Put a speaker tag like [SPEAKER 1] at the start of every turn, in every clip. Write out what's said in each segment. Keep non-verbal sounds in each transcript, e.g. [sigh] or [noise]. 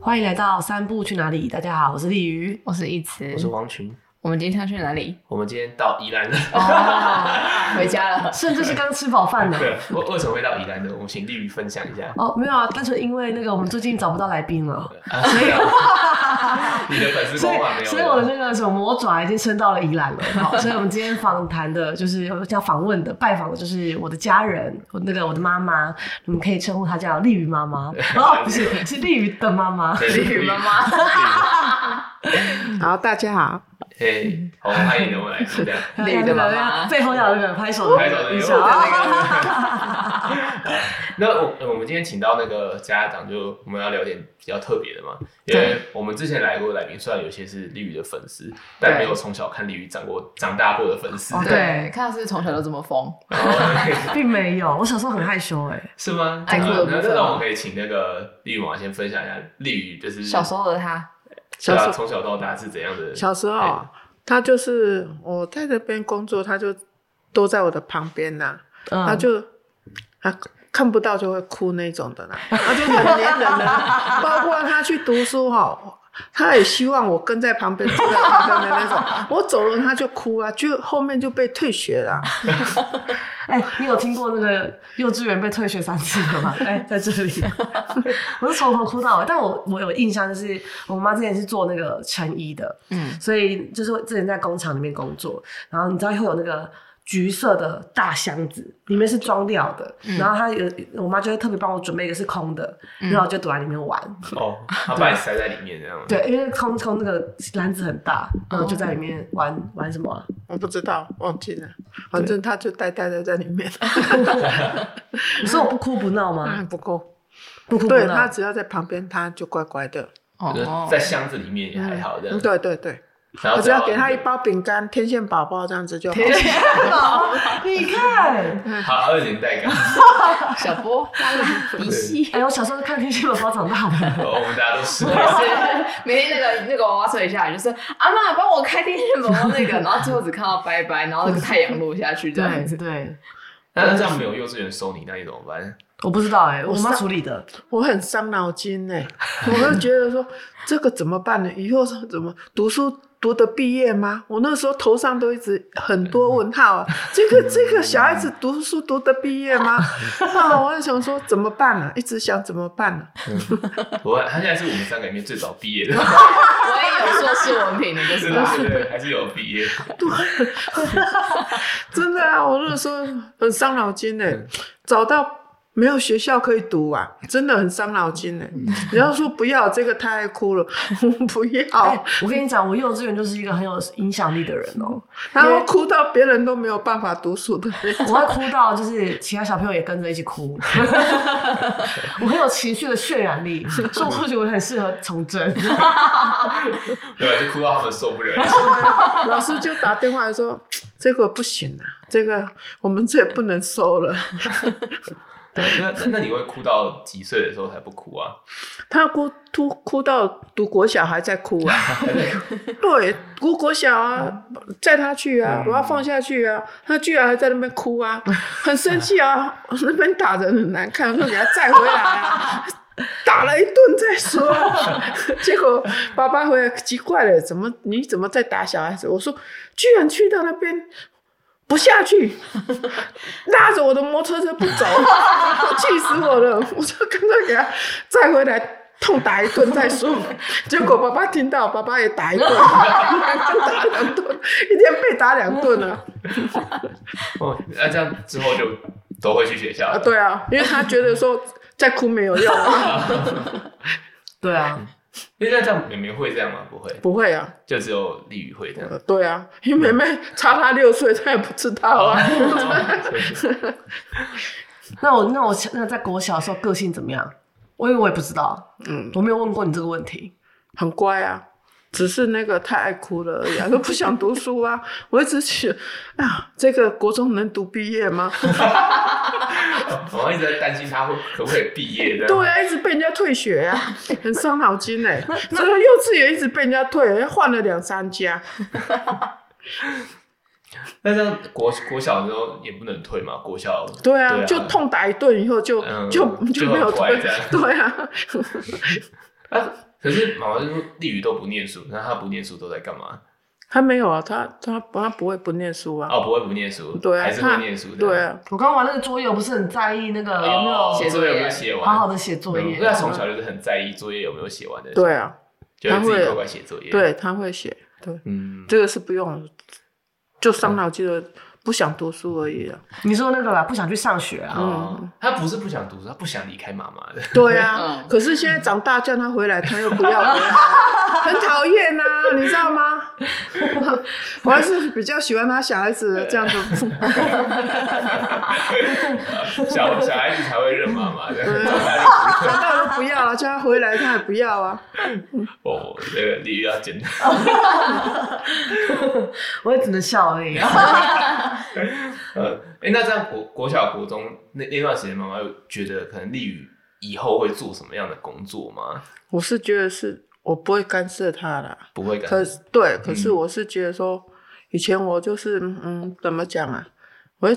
[SPEAKER 1] 欢迎来到三步去哪里？大家好，我是丽瑜。
[SPEAKER 2] 我是一慈
[SPEAKER 3] 我，是王群，
[SPEAKER 2] 我们今天要去哪
[SPEAKER 3] [laughs]
[SPEAKER 2] 里？
[SPEAKER 3] 我们今天到宜兰了。
[SPEAKER 2] 哦，回家了。
[SPEAKER 1] 甚至是刚吃饱饭呢。
[SPEAKER 3] 对，为为什么会到宜兰呢？我们请丽宇分享一下。
[SPEAKER 1] 哦，没有啊，单纯因为那个我们最近找不到来宾了，
[SPEAKER 3] 啊这样 [laughs] 你的粉丝
[SPEAKER 1] 所
[SPEAKER 3] 光环没
[SPEAKER 1] 以
[SPEAKER 3] 有？
[SPEAKER 1] 所以我的那个什么魔爪已经伸到了宜兰了。好，所以我们今天访谈的就是要访问的拜访的就是我的家人，我那个我的妈妈，你们可以称呼她叫丽瑜妈妈。哦，不是，是丽瑜的妈妈。
[SPEAKER 3] 对
[SPEAKER 2] 丽宇妈妈。
[SPEAKER 4] 好，大家好，
[SPEAKER 3] 嘿，好欢迎我们来这样。
[SPEAKER 2] 丽瑜的妈妈
[SPEAKER 1] 背后要有那个拍手的
[SPEAKER 3] 拍手的
[SPEAKER 1] 音
[SPEAKER 3] 那
[SPEAKER 1] 效
[SPEAKER 3] 个
[SPEAKER 1] 啊
[SPEAKER 3] 那我我们今天请到那个家长，就我们要聊点比较特别的嘛，因为我们之前来过的来宾，虽然有些是丽宇的粉丝，但
[SPEAKER 2] 对
[SPEAKER 3] 没有从小看丽宇长过长大过的粉丝
[SPEAKER 1] 哦。
[SPEAKER 2] 对，看他是从小就这么疯，
[SPEAKER 3] 然后
[SPEAKER 1] 并没有，我小时候很害羞哎、
[SPEAKER 3] 是吗？
[SPEAKER 2] 爱哭的
[SPEAKER 3] 呃
[SPEAKER 2] 部
[SPEAKER 3] 那
[SPEAKER 2] 分
[SPEAKER 3] 那我们可以请那个丽宇妈妈先分享一下，丽宇就是
[SPEAKER 2] 小时候的他。
[SPEAKER 3] 对
[SPEAKER 4] 小
[SPEAKER 3] 啊
[SPEAKER 4] 时候
[SPEAKER 3] 从小到大是怎样的？
[SPEAKER 4] 小时候啊他就是我在这边工作，他就都在我的旁边呐、
[SPEAKER 1] 嗯，
[SPEAKER 4] 他就他看不到就会哭那种的啦，他就很黏人
[SPEAKER 1] [laughs]
[SPEAKER 4] 啦。包括他去读书哈、他也希望我跟在旁边，坐在旁边的那种。我走了，他就哭啊，就后面就被退学了。
[SPEAKER 1] [laughs] 哎、你有听过那个幼稚园被退学三次的吗？哎、在这里， [laughs] 我是从头哭到尾。但我我有印象，就是我妈之前是做那个成衣的，
[SPEAKER 2] 嗯，
[SPEAKER 1] 所以就是之前在工厂里面工作，然后你知道会有那个。橘色的大箱子里面是装料的，
[SPEAKER 4] 嗯
[SPEAKER 1] 然后她有我妈就会特别帮我准备一个是空的，然后我就躲在里面玩。
[SPEAKER 3] 哦，他把你塞在里面这样吗。
[SPEAKER 1] 对，因为空空那个篮子很大，然后就在里面玩、玩什么啊、
[SPEAKER 4] 我不知道，忘记了，反正他就呆呆的在里面，
[SPEAKER 1] 你说我不哭不闹吗？
[SPEAKER 4] 嗯不够。
[SPEAKER 1] 不 [laughs] 哭不
[SPEAKER 4] 对
[SPEAKER 1] 闹
[SPEAKER 4] 他，只要在旁边，他就乖乖的。
[SPEAKER 3] 就是
[SPEAKER 2] 哦， [laughs]
[SPEAKER 3] 在箱子里面也还好这样
[SPEAKER 4] 嗯，。对对对。
[SPEAKER 3] 然后
[SPEAKER 4] 我只要给他一包饼干，天线宝宝这样子就好。
[SPEAKER 1] 你看，
[SPEAKER 3] 好二零带感，
[SPEAKER 2] 小波，鼻息。
[SPEAKER 1] 哎、我小时候是看《天线宝宝》长大的。
[SPEAKER 3] 我们大家都是。
[SPEAKER 2] 每天那个那个娃娃睡下来，就是阿妈帮我开电线宝宝那个，然后最后只看到拜拜，然后那个太阳落下去这样子。
[SPEAKER 1] [laughs] 对，
[SPEAKER 3] [laughs] 那那这样没有幼稚园收你，那你怎么办？
[SPEAKER 1] 我不知道哎、我
[SPEAKER 4] 我
[SPEAKER 1] 妈
[SPEAKER 4] 上
[SPEAKER 1] 处理的。
[SPEAKER 4] 我很伤脑筋呢、我就觉得说这个怎么办呢？以后怎么读书读的毕业吗？我那时候头上都一直很多问号啊，这个这个小孩子读书读的毕业吗？啊，我在想说怎么办呢、一直想怎么办呢、
[SPEAKER 3] 我他现在是我们三个里面最早毕业的，
[SPEAKER 2] 我也有硕士文凭的，就是
[SPEAKER 3] 对
[SPEAKER 2] 他。
[SPEAKER 3] 对对，还是有毕业。
[SPEAKER 4] [laughs] 真的啊，我那时候很伤脑筋呢、找到。没有学校可以读啊，真的很伤脑筋呢、你要说不要这个，太爱哭了， [laughs] 我不要。
[SPEAKER 1] 哎、我跟你讲，我幼稚园就是一个很有影响力的人 [laughs] 哦、
[SPEAKER 4] 然后哭到别人都没有办法读书的，
[SPEAKER 1] 我会哭到就是其他小朋友也跟着一起 [laughs] 哭，我很有情绪的渲染力，所以我或许我很适合从政。
[SPEAKER 3] 对，就哭到他们受不
[SPEAKER 4] [laughs]
[SPEAKER 3] 了。
[SPEAKER 4] 老师就打电话来说这个不行啊，这个我们这也不能收了。
[SPEAKER 3] 那那那你会哭到几岁的时候才不哭啊？
[SPEAKER 4] 他哭哭哭到读国小还在哭
[SPEAKER 3] [laughs]
[SPEAKER 4] 啊，对，读国小啊，载他去啊，
[SPEAKER 3] 嗯
[SPEAKER 4] 我要放下去啊，他居然还在那边哭
[SPEAKER 3] [laughs]
[SPEAKER 4] 啊，很生气啊，那边打人很难看，我说给他载回来
[SPEAKER 3] [laughs]
[SPEAKER 4] 啊。打了一顿再说啊、 [laughs] 结果爸爸回来奇怪了，怎么你怎么在打小孩子？我说居然去到那边不下去，拉着我的摩托车不走， [laughs] 我气死我了！我就跟他给他载回来。痛打一顿再说，结果爸爸听到，爸爸也打一顿， [laughs] 打两顿，一天被打两顿啊了
[SPEAKER 3] 哦，那这样之后就都会去学校
[SPEAKER 4] 啊！。对啊，因为他觉得说再哭没有
[SPEAKER 3] [laughs]
[SPEAKER 4] 用、啊，
[SPEAKER 1] [laughs] 对啊，
[SPEAKER 3] 因为那这样妹妹会这样吗？不会，
[SPEAKER 4] 不会啊，
[SPEAKER 3] 就只有丽宇会这样。
[SPEAKER 4] 呃对啊，因为妹妹差他六岁，他也不知道
[SPEAKER 3] [laughs]
[SPEAKER 4] 啊。
[SPEAKER 1] 那我那我那在国小的时候个性怎么样？我以为我也不知道，
[SPEAKER 4] 嗯，
[SPEAKER 1] 我没有问过你这个问题。
[SPEAKER 4] 很乖啊，只是那个太爱哭了而已、啊，都不想读书啊。我一直想，啊，这个国中能读毕业吗？
[SPEAKER 3] [laughs] 我们一直在担心他会可不可以毕业这样。
[SPEAKER 4] 对啊，一直被人家退学 [laughs] 啊，很伤脑筋 [laughs] 哎、这个幼稚园一直被人家退，换了两三家。
[SPEAKER 3] 那这样国国小的时候也不能退嘛？国小
[SPEAKER 4] 对啊，就。痛打一顿以后就、
[SPEAKER 3] 嗯
[SPEAKER 4] 就
[SPEAKER 3] 就
[SPEAKER 4] [laughs] 就没有啊
[SPEAKER 3] 很乖
[SPEAKER 4] 退
[SPEAKER 3] 这样。
[SPEAKER 4] 对啊，
[SPEAKER 3] 啊可是妈妈就说丽宇都不念书，那他不念书都在干嘛？
[SPEAKER 4] 他没有啊，他他他不会不念书啊，
[SPEAKER 3] 哦，不会不念书，
[SPEAKER 4] 对啊，
[SPEAKER 3] 还是
[SPEAKER 4] 他
[SPEAKER 3] 会念书的。
[SPEAKER 4] 对啊，
[SPEAKER 1] 我刚玩那个桌游，不是很在意那个有没有
[SPEAKER 3] 哦
[SPEAKER 2] 写作业
[SPEAKER 3] 有没有写完？
[SPEAKER 1] 好好的写作
[SPEAKER 3] 嗯
[SPEAKER 1] 业。
[SPEAKER 3] 那从小就是很在意作业有没有写完的，，
[SPEAKER 4] 对啊，
[SPEAKER 3] 就会自
[SPEAKER 4] 他会
[SPEAKER 3] 己乖乖写作业。，
[SPEAKER 4] 对，他会写，对，
[SPEAKER 3] 嗯，
[SPEAKER 4] 这个是不用，就伤脑筋了，不想读书而已啊。
[SPEAKER 1] 你说那个啦，不想去上学啊？
[SPEAKER 4] 嗯
[SPEAKER 3] 哦，他不是不想读书，他不想离开妈妈的。 [laughs]
[SPEAKER 4] 对啊
[SPEAKER 2] 嗯，
[SPEAKER 4] 可是现在长大叫他回来，他又不要回来，很讨厌呐，你知道吗？我还是比较喜欢他小孩子的这样子。
[SPEAKER 3] 小小孩子才会认妈妈的。
[SPEAKER 4] 啊长大了不要啊了，叫他回来他也不要啊。
[SPEAKER 3] [laughs] 哦，那个李宇要简单。
[SPEAKER 1] 我也只能笑而已。啊
[SPEAKER 3] 呃，哎，那这样国国小国中那那段时间，妈妈有觉得可能丽宇以后会做什么样的工作吗？
[SPEAKER 4] 我是觉得是我不会干涉他啦，
[SPEAKER 3] 不会感
[SPEAKER 4] 可
[SPEAKER 3] 觉
[SPEAKER 4] 是对，可是我是觉得说，以前我就是嗯，怎么讲啊？我会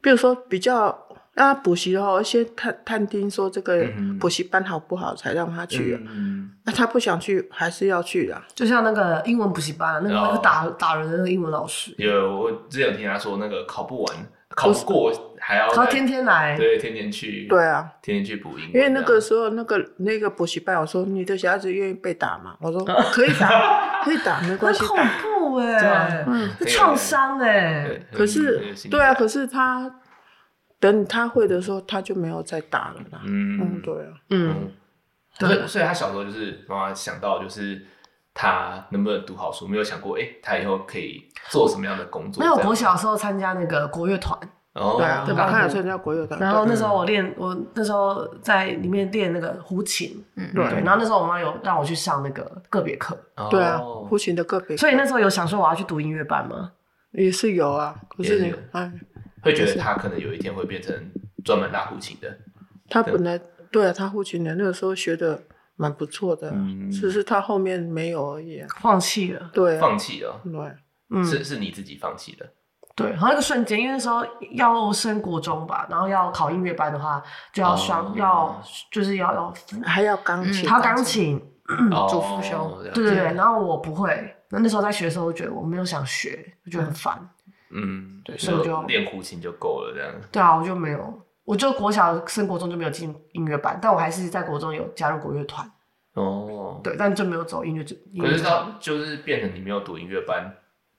[SPEAKER 4] 比如说比较让他补习的话，我会先探探听说这个
[SPEAKER 3] 嗯
[SPEAKER 4] 补习班好不好，才让他去、啊。
[SPEAKER 3] 嗯，
[SPEAKER 4] 那、他不想去，还是要去的、啊。
[SPEAKER 1] 就像那个英文补习班，那个
[SPEAKER 3] 哦
[SPEAKER 1] 那个打打人的那个英文老师，
[SPEAKER 3] 有我之前有听他说，那个考不完、考不过还要
[SPEAKER 1] 他
[SPEAKER 3] 再
[SPEAKER 1] 天天来，
[SPEAKER 3] 对啊天天去
[SPEAKER 4] 对啊，
[SPEAKER 3] 天天去补英文，
[SPEAKER 4] 因为那个时候那个那个补习班，我说你的小孩子愿意被打吗？我说可以打，可以打，没关
[SPEAKER 1] 很
[SPEAKER 4] 系
[SPEAKER 1] 恐
[SPEAKER 4] 打。
[SPEAKER 1] 怖
[SPEAKER 3] 对
[SPEAKER 1] 哎
[SPEAKER 3] 啊，
[SPEAKER 4] 嗯，
[SPEAKER 1] 这创伤
[SPEAKER 3] 这
[SPEAKER 1] 哎
[SPEAKER 3] 样。对，
[SPEAKER 4] 可
[SPEAKER 3] 很有
[SPEAKER 4] 是
[SPEAKER 3] 心
[SPEAKER 4] 对啊，
[SPEAKER 3] 得
[SPEAKER 4] 可是他等他会的时候，他就没有再打了啦。嗯，
[SPEAKER 3] 嗯
[SPEAKER 4] 对啊。
[SPEAKER 1] 嗯，
[SPEAKER 3] 嗯，
[SPEAKER 1] 对
[SPEAKER 3] 所以所以他小时候就是妈妈想到就是他能不能读好书，没有想过哎、诶他以后可以做什么样的工作。
[SPEAKER 1] 那我
[SPEAKER 3] 这样
[SPEAKER 1] 国小的时候参加那个国乐团，
[SPEAKER 3] 哦，
[SPEAKER 4] 对啊，
[SPEAKER 1] 对
[SPEAKER 4] 我
[SPEAKER 1] 吧
[SPEAKER 4] 看了参加国乐团，
[SPEAKER 1] 然后那时候我练，我那时候在里面练那个胡琴，
[SPEAKER 4] 对
[SPEAKER 1] 对，然后那时候我妈有让我去上那个个别课，
[SPEAKER 3] 哦
[SPEAKER 4] 对啊，胡琴的个别
[SPEAKER 1] 所以那时候有想说我要去读音乐班吗？
[SPEAKER 4] 也是有啊，可是
[SPEAKER 3] 也
[SPEAKER 4] 你
[SPEAKER 3] 有
[SPEAKER 4] 哎，
[SPEAKER 3] 会觉得他可能有一天会变成专门拉胡琴的。
[SPEAKER 4] 他本来对啊，他胡琴的那个时候学的蛮不错的啊，
[SPEAKER 3] 嗯
[SPEAKER 4] 只是他后面没有而已啊。
[SPEAKER 1] 放弃了，
[SPEAKER 4] 对啊，
[SPEAKER 3] 放弃了，
[SPEAKER 4] 对，
[SPEAKER 1] 嗯，
[SPEAKER 3] 是是你自己放弃的。
[SPEAKER 1] 对，然后那个瞬间，因为那时候要升国中吧，然后要考音乐班的话，就要双、
[SPEAKER 3] 哦
[SPEAKER 1] 要就是要要
[SPEAKER 4] 还要钢
[SPEAKER 2] 嗯
[SPEAKER 4] 琴，啊
[SPEAKER 1] 还有钢琴，
[SPEAKER 3] 哦
[SPEAKER 2] 主副修
[SPEAKER 1] 对对对，，然后我不会。那那时候在学的时候，我觉得我没有想学，我觉得很烦。
[SPEAKER 3] 嗯，对
[SPEAKER 1] 所以我就
[SPEAKER 3] 练胡琴就够了，这样。
[SPEAKER 1] 对啊，我就没有，我就国小升国中就没有进音乐班，但我还是在国中有加入国乐团，
[SPEAKER 3] 哦，
[SPEAKER 1] 对，但就没有走音乐这音
[SPEAKER 3] 可
[SPEAKER 1] 乐
[SPEAKER 3] 是
[SPEAKER 1] 这。
[SPEAKER 3] 到就是变成你没有读音乐班，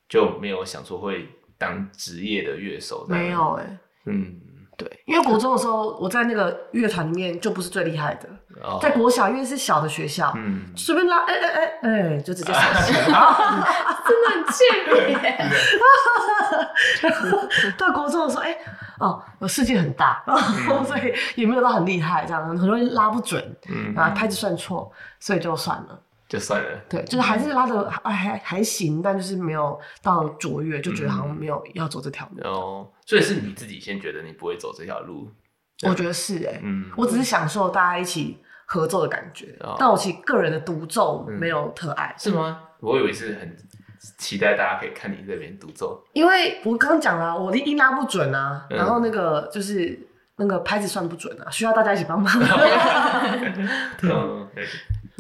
[SPEAKER 3] 就没有想说会当职业的乐手。这样
[SPEAKER 1] 没，有哎、
[SPEAKER 3] 嗯，
[SPEAKER 1] 对，因为国中的时候我在那个乐团里面就不是最厉害的，
[SPEAKER 3] 哦
[SPEAKER 1] 在国小因为是小的学校，
[SPEAKER 3] 嗯，
[SPEAKER 1] 随便拉哎哎哎哎就直接上
[SPEAKER 3] [laughs]
[SPEAKER 1] 去。
[SPEAKER 2] 真的很贱耶！
[SPEAKER 1] 到国中的时候，哎、哦，我世界很大， [laughs] 所以也没有到很厉害，这样很容易拉不准，
[SPEAKER 3] 嗯
[SPEAKER 1] 啊，拍子算错，所以就算了。
[SPEAKER 3] 就算了。
[SPEAKER 1] 对，就是还是拉的还还还行，但就是没有到卓越，就觉得好像没有要走这条路。
[SPEAKER 3] 然后，哦所以是你自己先觉得你不会走这条路。
[SPEAKER 1] 我觉得是哎、
[SPEAKER 3] 嗯，
[SPEAKER 1] 我只是享受大家一起合奏的感觉，
[SPEAKER 3] 哦嗯
[SPEAKER 1] 但我其实个人的独奏没有特爱，
[SPEAKER 3] 是吗？我以为是很期待大家可以看你这边独奏。
[SPEAKER 1] 因为我刚刚讲了，啊我的音拉不准啊，
[SPEAKER 3] 嗯
[SPEAKER 1] 然后那个就是那个拍子算不准啊，需要大家一起帮
[SPEAKER 3] [laughs]
[SPEAKER 1] 忙。
[SPEAKER 3] 嗯，对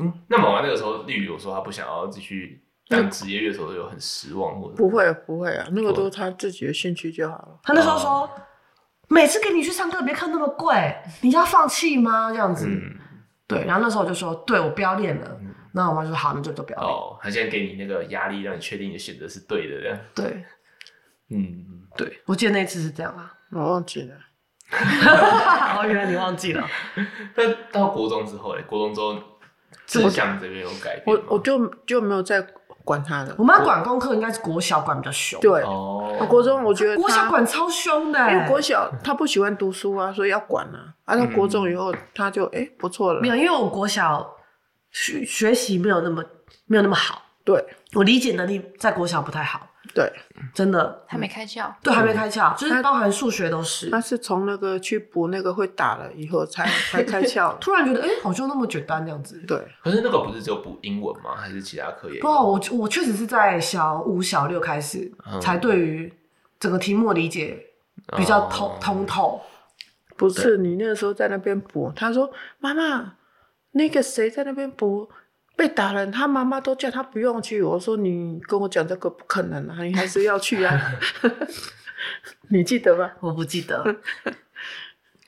[SPEAKER 3] 嗯，那么完那个时候，例如我说他不想要继续当职业乐手，有很失望或者
[SPEAKER 4] 不会不会啊，那个都是他自己的兴趣就好了。
[SPEAKER 1] 他那时候说，
[SPEAKER 3] 哦
[SPEAKER 1] 每次跟你去上课别看那么贵，你要放弃吗？这样子，
[SPEAKER 3] 嗯，
[SPEAKER 1] 对。然后那时候我就说，对我不要练了。那我妈就说好，那就都不要练。
[SPEAKER 3] 哦，他现在给你那个压力，让你确定你的选择是对的，这样。
[SPEAKER 1] 对
[SPEAKER 3] 嗯，
[SPEAKER 1] 对，我记得那一次是这样啊。
[SPEAKER 4] 我忘记了，
[SPEAKER 1] 哦，原来你忘记了。
[SPEAKER 3] 那到国中之后嘞，国中之后志向这边有改变
[SPEAKER 4] 我
[SPEAKER 3] 吗？
[SPEAKER 4] 我就就没有再管他了
[SPEAKER 1] 我。妈管功课应该是国小管比较凶，，
[SPEAKER 4] 对，
[SPEAKER 3] 哦，
[SPEAKER 4] 国中我觉得
[SPEAKER 1] 国小
[SPEAKER 4] 他
[SPEAKER 1] 管超凶的、欸
[SPEAKER 4] 因为国小他不喜欢读书啊，所以要管啊。啊，到国中以后他就哎不错了
[SPEAKER 1] 没，有，因为我国小学学习没有那么没有那么好，
[SPEAKER 4] 对
[SPEAKER 1] 我理解能力在国小不太好，
[SPEAKER 4] 对，
[SPEAKER 1] 真的
[SPEAKER 2] 还没开窍，
[SPEAKER 1] 对还没开窍，就是包含数学都是
[SPEAKER 4] 他。是从那个去补那个会打了以后才才开窍
[SPEAKER 1] [laughs]
[SPEAKER 4] 的。
[SPEAKER 1] 突然觉得，哎、好像那么简单这样子。
[SPEAKER 4] 对，
[SPEAKER 3] 可是那个不是只有补英文吗？还是其他科也有？
[SPEAKER 1] 不知道我我确实是在小五、小六开始、
[SPEAKER 3] 嗯
[SPEAKER 1] 才对于整个题目理解比较通、
[SPEAKER 3] 哦
[SPEAKER 1] 通透。
[SPEAKER 4] 不是你那时候在那边补，他说妈妈，那个谁在那边不被打人，他妈妈都叫他不用去。我说你跟我讲这个不可能啊，你还是要去啊。
[SPEAKER 1] [laughs]
[SPEAKER 4] 你记得吗？
[SPEAKER 1] 我不记
[SPEAKER 4] [laughs]
[SPEAKER 1] 得，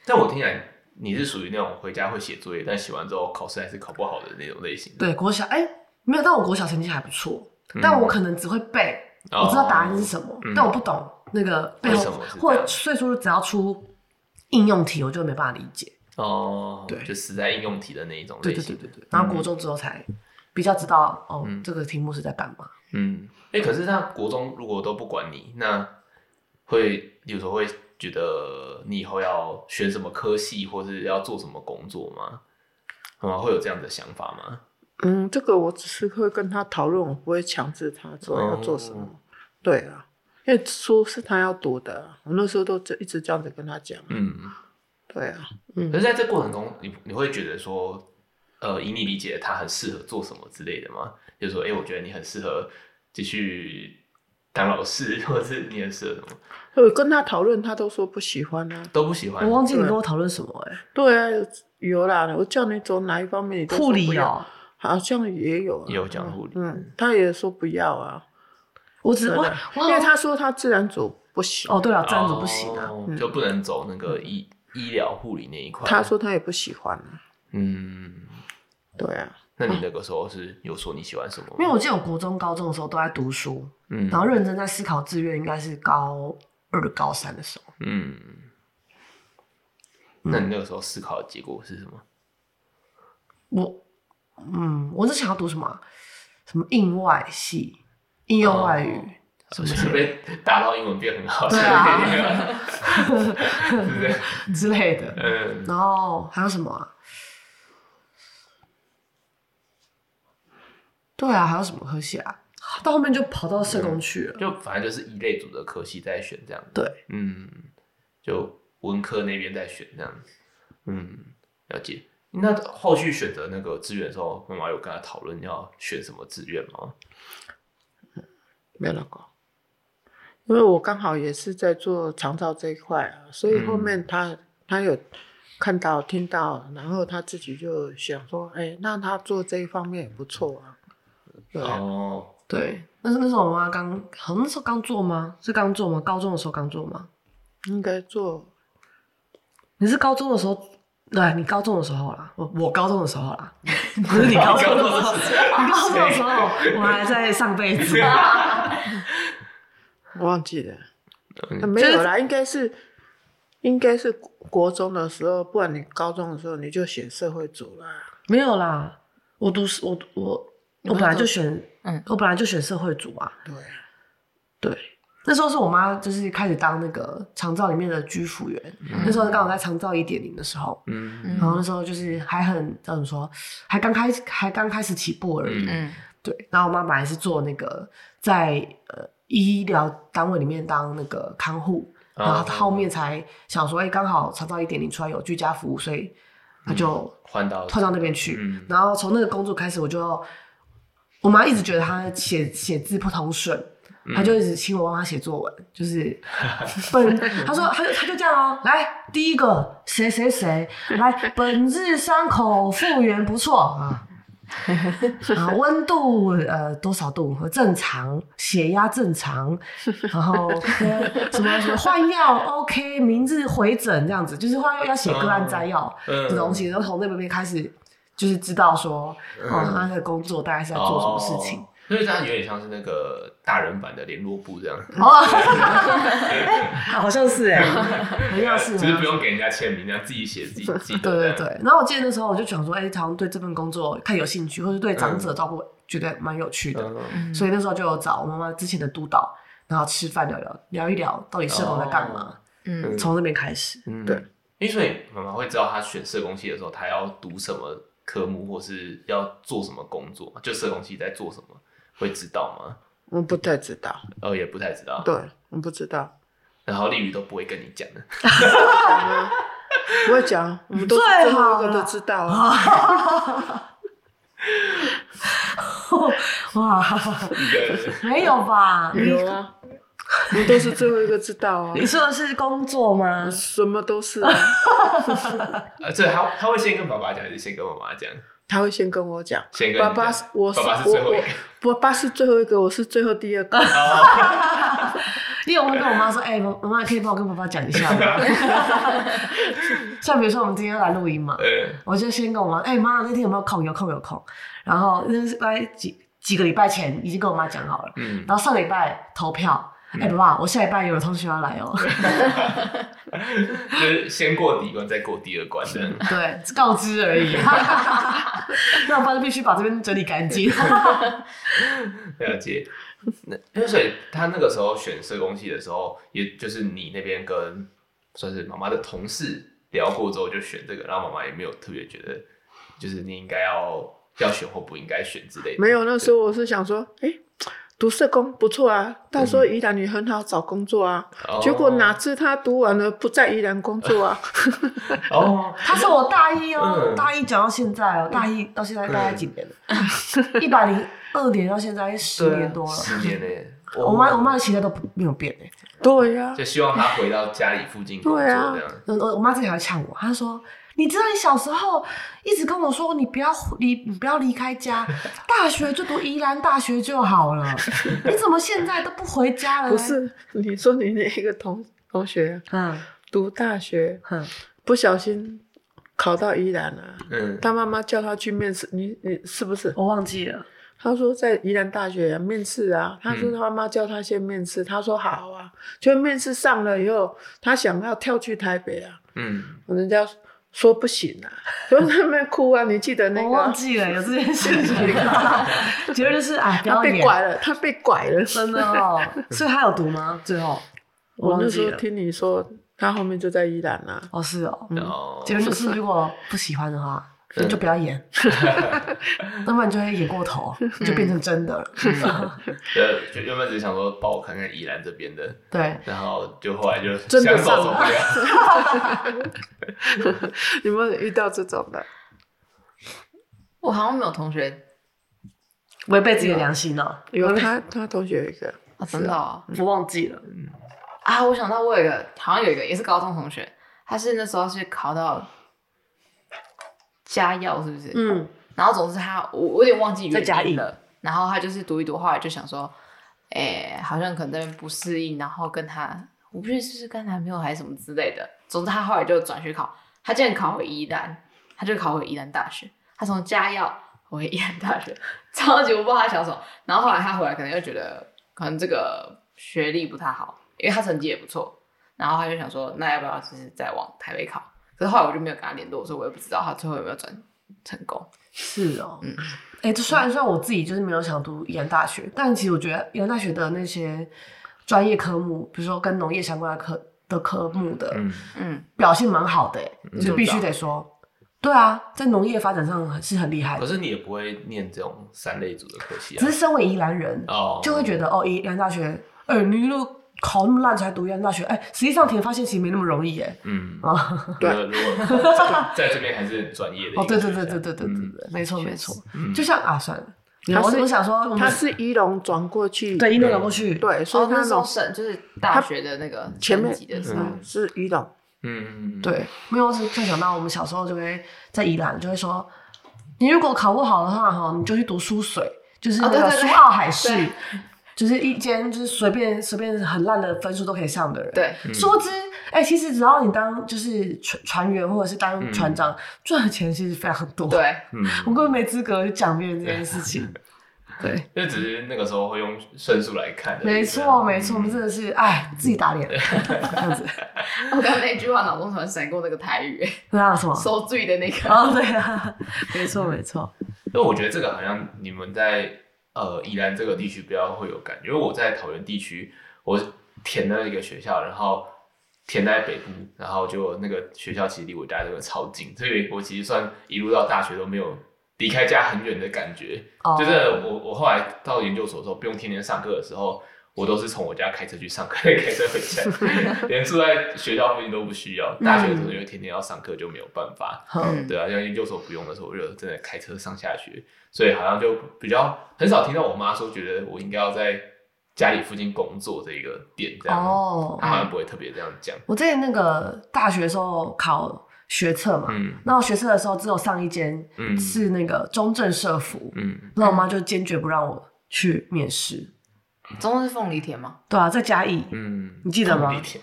[SPEAKER 3] 但我听起来你是属于那种回家会写作业，但写完之后考试还是考不好的那种类型。
[SPEAKER 1] 对国小哎、没有，但我国小成绩还不错，
[SPEAKER 3] 嗯，
[SPEAKER 1] 但我可能只会背，
[SPEAKER 3] 哦
[SPEAKER 1] 我知道答案是什么，
[SPEAKER 3] 嗯
[SPEAKER 1] 但我不懂那个背
[SPEAKER 3] 为什
[SPEAKER 1] 后
[SPEAKER 3] 么是这样，
[SPEAKER 1] 或所以说只要出应用题，我就没办法理解。
[SPEAKER 3] 哦，
[SPEAKER 1] 对
[SPEAKER 3] 就死在应用题的那一种
[SPEAKER 1] 对
[SPEAKER 3] 类
[SPEAKER 1] 对
[SPEAKER 3] 型
[SPEAKER 1] 对。对对，然后国中之后才比较知道哦，
[SPEAKER 3] 嗯
[SPEAKER 1] 这个题目是在干嘛。
[SPEAKER 3] 嗯，哎、可是他国中如果都不管你，那会有时候会觉得你以后要选什么科系，或是要做什么工作吗？啊，会有这样的想法吗？
[SPEAKER 4] 嗯，这个我只是会跟他讨论，我不会强制他做
[SPEAKER 3] 哦
[SPEAKER 4] 要做什么。对啊，因为书是他要读的啊，我那时候都这一直这样子跟他讲。
[SPEAKER 3] 嗯，
[SPEAKER 4] 对啊，
[SPEAKER 3] 可是在这过程中，你你会觉得说，呃，以你理解的他很适合做什么之类的吗？就是说，哎、我觉得你很适合继续当老师，或者是你很适合什么
[SPEAKER 4] 我呃跟他讨论，他都说不喜欢啊。
[SPEAKER 3] 都不喜欢
[SPEAKER 1] 我。忘记你
[SPEAKER 4] 对
[SPEAKER 1] 跟我讨论什么哎、
[SPEAKER 4] 对啊，有有啦，我叫你走哪一方面，你都说
[SPEAKER 1] 护
[SPEAKER 4] 不
[SPEAKER 1] 理
[SPEAKER 4] 要，
[SPEAKER 1] 哦，
[SPEAKER 4] 好像也有、啊，
[SPEAKER 3] 也有讲护理
[SPEAKER 4] 嗯，他也说不要啊，
[SPEAKER 1] 我只
[SPEAKER 4] 对
[SPEAKER 1] 我
[SPEAKER 4] 的，
[SPEAKER 1] 我
[SPEAKER 4] 因为他说他自然组不啊行，
[SPEAKER 1] 哦对了，这样子不行啊。
[SPEAKER 3] 哦
[SPEAKER 4] 嗯
[SPEAKER 3] 就不能走那个医医疗护理那一块。
[SPEAKER 4] 他说他也不喜欢啊，
[SPEAKER 3] 嗯，
[SPEAKER 4] 对啊，
[SPEAKER 3] 那你那个时候是有说你喜欢什么吗？
[SPEAKER 1] 因为我记得我国中、高中的时候都在读书，
[SPEAKER 3] 嗯，
[SPEAKER 1] 然后认真在思考志愿，应该是高二、高三的时候。
[SPEAKER 3] 嗯，那你那个时候思考的结果是什么？
[SPEAKER 1] 我，嗯，我是想要读什么啊什么应外系、应用外语，什么
[SPEAKER 3] 是被打到英文变很
[SPEAKER 1] [laughs]
[SPEAKER 3] 好，
[SPEAKER 1] 对啊
[SPEAKER 3] 是不是是
[SPEAKER 1] 之类的。
[SPEAKER 3] 不是？嗯，
[SPEAKER 1] 然后还有什么、啊？对啊，还有什么科系啊？到后面就跑到社工去了。
[SPEAKER 3] 就反正就是一类组的科系在选这样。
[SPEAKER 1] 对，
[SPEAKER 3] 嗯，就文科那边在选这样。嗯，了解。那后续选择那个志愿的时候，妈妈有跟他讨论要选什么志愿吗？
[SPEAKER 4] 没有那个，因为我刚好也是在做长照这一块啊，所以后
[SPEAKER 3] 嗯
[SPEAKER 4] 面他、他有看到听到，然后他自己就想说，哎，那他做这一方面也不错啊，对啊，
[SPEAKER 3] 哦，
[SPEAKER 1] 对，那是那时候我妈刚，好像那时候刚做吗？是刚做吗？高中的时候刚做吗？
[SPEAKER 4] 应该做
[SPEAKER 1] 你是高中的时候，对你高中的时候啦，我我高中的时候 [laughs] 啦，不是你高中的时候，你高中的时候我还在上辈 [laughs] 子，
[SPEAKER 4] 我忘记了，
[SPEAKER 3] 嗯
[SPEAKER 4] 啊没有啦，应该是应该是国国中的时候，不然你高中的时候你就选社会组啦。
[SPEAKER 1] 没有啦，我读我我我本来就选，
[SPEAKER 2] 嗯
[SPEAKER 1] 我本来就选社会组啊，
[SPEAKER 4] 对，
[SPEAKER 1] 对，那时候是我妈就是开始当那个长照里面的居服员，那时候刚好在长照一点零的时候，
[SPEAKER 3] 嗯
[SPEAKER 2] 嗯
[SPEAKER 1] 然后那时候就是还很叫怎么说，还刚开还刚开始起步而已，
[SPEAKER 2] 嗯
[SPEAKER 1] 对，然后我妈本来是做那个在呃医疗单位里面当那个看护，
[SPEAKER 3] 哦
[SPEAKER 1] 然后她后面才想说，哎、刚好长照一点零出来有居家服务，所以她就
[SPEAKER 3] 换到
[SPEAKER 1] 跳到那边去。
[SPEAKER 3] 嗯
[SPEAKER 1] 然后从那个工作开始，我就我妈一直觉得她写写字不通顺。
[SPEAKER 3] 嗯
[SPEAKER 1] 她就一直请我帮她写作文，就是 [laughs] 本，她说，她就她就这样哦，来第一个谁谁谁，来本日伤口复原不错啊， [laughs] 啊，温度呃多少度正常，血压正常，然后呃什么什么换药 OK，明日回诊这样子，就是换药要写个案摘要
[SPEAKER 3] 嗯嗯嗯
[SPEAKER 1] 的东西，然后从那边开始就是知道说，哦，他的工作大概是在做什么事情
[SPEAKER 3] 哦。所以它有点像是那个大人版的联络部这样，
[SPEAKER 1] 哦，好像是哎，好像
[SPEAKER 3] [laughs]
[SPEAKER 1] 是，
[SPEAKER 3] 呃
[SPEAKER 1] 啊
[SPEAKER 3] 就是不用给人家签名，这样自己写自己记
[SPEAKER 1] 对
[SPEAKER 3] 得。
[SPEAKER 1] 对对，，然后我记得那时候我就想说，哎、好像对这份工作看有兴趣，或者对长
[SPEAKER 3] 嗯
[SPEAKER 1] 者照顾觉得蛮有趣的，
[SPEAKER 2] 嗯
[SPEAKER 1] 所以那时候就有找我妈妈之前的督导，然后吃饭聊聊聊一聊到底社工在干嘛，
[SPEAKER 2] 嗯
[SPEAKER 3] 嗯
[SPEAKER 1] 从、那边开始。
[SPEAKER 3] 嗯
[SPEAKER 4] 对。
[SPEAKER 3] 因为所以妈妈会知道他选社工系的时候，他要读什么科目，或是要做什么工作，就社工系在做什么，会知道吗？
[SPEAKER 4] 我不太知道，
[SPEAKER 3] 哦，也不太知道。
[SPEAKER 4] 对，我不知道，
[SPEAKER 3] 然后丽宇都不会跟你讲
[SPEAKER 1] [laughs]
[SPEAKER 3] 的。
[SPEAKER 4] 不会讲，我们都是
[SPEAKER 1] 最
[SPEAKER 4] 最后
[SPEAKER 1] 好
[SPEAKER 4] 一个
[SPEAKER 1] 了
[SPEAKER 4] 都知道啊。
[SPEAKER 1] 哇，
[SPEAKER 3] 一个人
[SPEAKER 1] 没有吧？你
[SPEAKER 4] 有啊，我们都是最后一个知道啊，
[SPEAKER 1] 你说的是工作吗？ [laughs]
[SPEAKER 4] 什么都是啊。
[SPEAKER 3] 呃，这他他会先跟爸爸讲，还是先跟妈妈讲？
[SPEAKER 4] 他会先跟我讲，
[SPEAKER 3] 先跟你讲
[SPEAKER 4] 爸爸，我
[SPEAKER 3] 爸爸是
[SPEAKER 4] 我
[SPEAKER 3] 最后一个
[SPEAKER 4] 我，爸爸是最后一个，我是最后第
[SPEAKER 1] [laughs]
[SPEAKER 4] 二个。
[SPEAKER 3] 哦
[SPEAKER 1] 因为我会跟我妈说，哎、妈妈妈可以帮我跟爸爸讲一下
[SPEAKER 3] [laughs]
[SPEAKER 1] 吗？ [laughs] 像比如说我们今天要来录音嘛，
[SPEAKER 3] 呃，
[SPEAKER 1] 我就先跟我妈，哎、妈，那天有没有空？有空有空。然后那是大概几几个礼拜前已经跟我妈讲好了，
[SPEAKER 3] 嗯，
[SPEAKER 1] 然后上礼拜投票，哎、爸爸，我下礼拜有同学要来哦，
[SPEAKER 3] 就是先过第一关，再过第二关这样。
[SPEAKER 1] [laughs] 对，告知而已。那我爸就必须把这边整理干净。
[SPEAKER 3] 了解。那因为所以他那个时候选社工系的时候，也就是你那边跟算是妈妈的同事聊过之后就选这个，然后妈妈也没有特别觉得就是你应该要要选或不应该选之类的。
[SPEAKER 4] 没有，那时候我是想说，哎，读社工不错啊，到时候
[SPEAKER 1] 嗯
[SPEAKER 4] 宜兰也很好找工作啊。
[SPEAKER 3] 哦
[SPEAKER 4] 结果哪知他读完了不在宜兰工
[SPEAKER 1] [laughs]
[SPEAKER 4] 作啊，
[SPEAKER 3] 哦，
[SPEAKER 1] [laughs] 他是我大一哦，
[SPEAKER 3] 嗯
[SPEAKER 1] 大一讲到现在哦，大一到现在大概几年了？一百零二年到现在十年多了。
[SPEAKER 3] 十年嘞。
[SPEAKER 1] 我妈我妈的期待都没有变哎、
[SPEAKER 4] 对呀、
[SPEAKER 3] 就希望他回到家里附近工作
[SPEAKER 4] 对啊
[SPEAKER 3] 这样。
[SPEAKER 1] 我我我妈之前还呛我，她说：“你知道你小时候一直跟我说你不要离，你不要离开家，大学就读宜兰大学就好了，你怎么现在都不回家了？”
[SPEAKER 4] 不，是你说你那个同同学啊
[SPEAKER 1] 嗯
[SPEAKER 4] 读大学
[SPEAKER 1] 哼，
[SPEAKER 4] 不小心考到宜兰了、
[SPEAKER 3] 嗯，
[SPEAKER 4] 他妈妈叫他去面试，你你是不是？
[SPEAKER 1] 我忘记了，
[SPEAKER 4] 他说在宜兰大学、啊、面试啊，他说
[SPEAKER 3] 嗯
[SPEAKER 4] 他妈妈叫他先面试，他说好啊，就面试上了以后，他想要跳去台北啊，
[SPEAKER 3] 嗯，
[SPEAKER 4] 人家说不行啊， [laughs] 就在那边哭啊，你记得那
[SPEAKER 1] 我
[SPEAKER 4] 个啊
[SPEAKER 1] 忘？记了有这件事
[SPEAKER 4] [laughs]
[SPEAKER 1] 情，结论就是哎，不
[SPEAKER 4] 他
[SPEAKER 1] 要
[SPEAKER 4] 被
[SPEAKER 1] 演，
[SPEAKER 4] 拐了，他被拐了。
[SPEAKER 1] 真的哦。所以她有读吗？最后我
[SPEAKER 4] 我
[SPEAKER 1] 忘
[SPEAKER 4] 那
[SPEAKER 1] 记
[SPEAKER 4] 时
[SPEAKER 1] 了
[SPEAKER 4] 候听你说，他后面就在宜兰啦、啊。
[SPEAKER 1] 哦是哦，
[SPEAKER 3] 然后
[SPEAKER 1] 结论就是如果不喜欢的话。
[SPEAKER 3] 嗯
[SPEAKER 1] 你就不要 [laughs] 演，要不然就会演过头，就变成真的了。
[SPEAKER 3] 呃，就原本只是想说帮我看看宜兰这边的，
[SPEAKER 1] 对，
[SPEAKER 3] 然后就后来就
[SPEAKER 4] 真
[SPEAKER 3] 想
[SPEAKER 4] 的
[SPEAKER 3] 走
[SPEAKER 4] 上
[SPEAKER 3] 走不了。
[SPEAKER 4] 有没有遇到这种的？
[SPEAKER 2] 我好像没有同学
[SPEAKER 1] 违背自己的良心了，嗯
[SPEAKER 4] 有他，他同学有一个，
[SPEAKER 2] 啊，真的哦
[SPEAKER 1] 我忘记了。
[SPEAKER 2] 啊！我想到我有一个，好像有一个也是高中同学，他是那时候是考到嘉药，是不是？
[SPEAKER 1] 嗯，
[SPEAKER 2] 然后总之他，我我有点忘记
[SPEAKER 1] 在嘉
[SPEAKER 2] 原
[SPEAKER 1] 义
[SPEAKER 2] 因了。然后他就是读一读，后来就想说，哎、好像可能在那边不适应，然后跟他，我不确定是不是跟男朋友还是什么之类的。总之他后来就转学考，他竟然考回宜兰，他就考回宜兰大学，他从嘉药回宜兰大学，超级我不知道他想什么。然后后来他回来，可能又觉得可能这个学历不太好，因为他成绩也不错，然后他就想说，那要不要就是再往台北考？可是后来我就没有跟他联络，所以我也不知道他最后有没有转成功。
[SPEAKER 1] 是哦，
[SPEAKER 2] 嗯
[SPEAKER 1] 哎、这虽然虽然我自己就是没有想读宜兰大学，但其实我觉得宜兰大学的那些专业科目，比如说跟农业相关的科的科目的、
[SPEAKER 3] 嗯，
[SPEAKER 2] 嗯，
[SPEAKER 1] 表现蛮好的、欸，就
[SPEAKER 2] 嗯
[SPEAKER 1] 必须得说，对啊，在农业发展上很是很厉害
[SPEAKER 3] 可
[SPEAKER 1] 的。
[SPEAKER 3] 是你也不会念这种三类组的科系啊
[SPEAKER 1] 只是。身为宜兰人，
[SPEAKER 3] 哦，
[SPEAKER 1] 就会觉得哦，宜兰大学，哎、你都考那么烂才读宜兰大学，哎、实际上填发现其实没那么容易、欸，哎、
[SPEAKER 3] 嗯，
[SPEAKER 1] 啊，
[SPEAKER 4] 对
[SPEAKER 3] 如果
[SPEAKER 1] [laughs]
[SPEAKER 3] 如果在这边还是很专业的一个
[SPEAKER 1] 哦，对对
[SPEAKER 3] 学校
[SPEAKER 1] 对对对对对
[SPEAKER 3] 嗯
[SPEAKER 1] 对，没错没错，
[SPEAKER 3] 嗯
[SPEAKER 1] 就像啊，算了，
[SPEAKER 4] 他
[SPEAKER 1] 我
[SPEAKER 4] 是
[SPEAKER 1] 我想说我们，
[SPEAKER 4] 他是一龙转过去，
[SPEAKER 1] 对，一路转过去，
[SPEAKER 4] 对，
[SPEAKER 2] 所
[SPEAKER 4] 所
[SPEAKER 2] 以
[SPEAKER 4] 以
[SPEAKER 2] 哦那
[SPEAKER 4] 他
[SPEAKER 2] 时候
[SPEAKER 4] 龙
[SPEAKER 2] 省就是大学的那个
[SPEAKER 4] 前面
[SPEAKER 2] 升级的时候，
[SPEAKER 4] 嗯是一龙，
[SPEAKER 3] 嗯，嗯，
[SPEAKER 1] 对，没有，我只就想到我们小时候就会在宜兰就会说，你如果考不好的话，哈，你就去读书水，就是那
[SPEAKER 2] 哦对
[SPEAKER 1] 个
[SPEAKER 2] 对
[SPEAKER 1] 苏
[SPEAKER 2] 对
[SPEAKER 1] 澳海事，
[SPEAKER 2] 对
[SPEAKER 1] 就是一间就是随便随便很烂的分数都可以上的人。，
[SPEAKER 2] 对，
[SPEAKER 3] 嗯
[SPEAKER 1] 殊不知，哎、其实只要你当就是船船员或者是当船长，赚的钱其实非常多。，
[SPEAKER 2] 对，
[SPEAKER 3] 嗯，
[SPEAKER 1] 我根本没资格去讲别人这件事情。对，
[SPEAKER 3] 因为只是那个时候会用分数来看的，嗯
[SPEAKER 1] 没
[SPEAKER 3] 啊
[SPEAKER 1] 错，没错，我们真
[SPEAKER 3] 是
[SPEAKER 1] 的是哎，自己打脸，这样子，
[SPEAKER 2] 我刚刚那句话脑中突然闪过那个台语， [laughs]
[SPEAKER 1] 那样什么？
[SPEAKER 2] 受罪的那个，
[SPEAKER 1] 哦，对啊，没错，没错。
[SPEAKER 3] 那我觉得这个好像你们在呃宜兰这个地区比较会有感觉，因为我在桃园地区，我填了一个学校，然后填在北部，然后就那个学校其实离我家这个超近，所以我其实算一路到大学都没有离开家很远的感觉。
[SPEAKER 1] 哦
[SPEAKER 3] 就是我我后来到研究所的时候，不用天天上课的时候。我都是从我家开车去上课，再开车回家，连住在学校附近都不需要。大学的时候因为天天要上课就没有办法，
[SPEAKER 1] 嗯，
[SPEAKER 3] 对啊，像研究所不用的时候，我就真的开车上下学，所以好像就比较很少听到我妈说觉得我应该要在家里附近工作这一个点这样，
[SPEAKER 1] 哦
[SPEAKER 3] 她好像不会特别这样讲。
[SPEAKER 1] 我在那个大学的时候考学测嘛，
[SPEAKER 3] 嗯
[SPEAKER 1] 那我学测的时候只有上一间
[SPEAKER 3] 嗯
[SPEAKER 1] 是那个中正社服，
[SPEAKER 3] 嗯，
[SPEAKER 1] 那我妈就坚决不让我去面试。
[SPEAKER 2] 中正是凤梨田吗？
[SPEAKER 1] 对啊，在嘉义，
[SPEAKER 3] 嗯，
[SPEAKER 1] 你记得吗
[SPEAKER 3] 凤梨田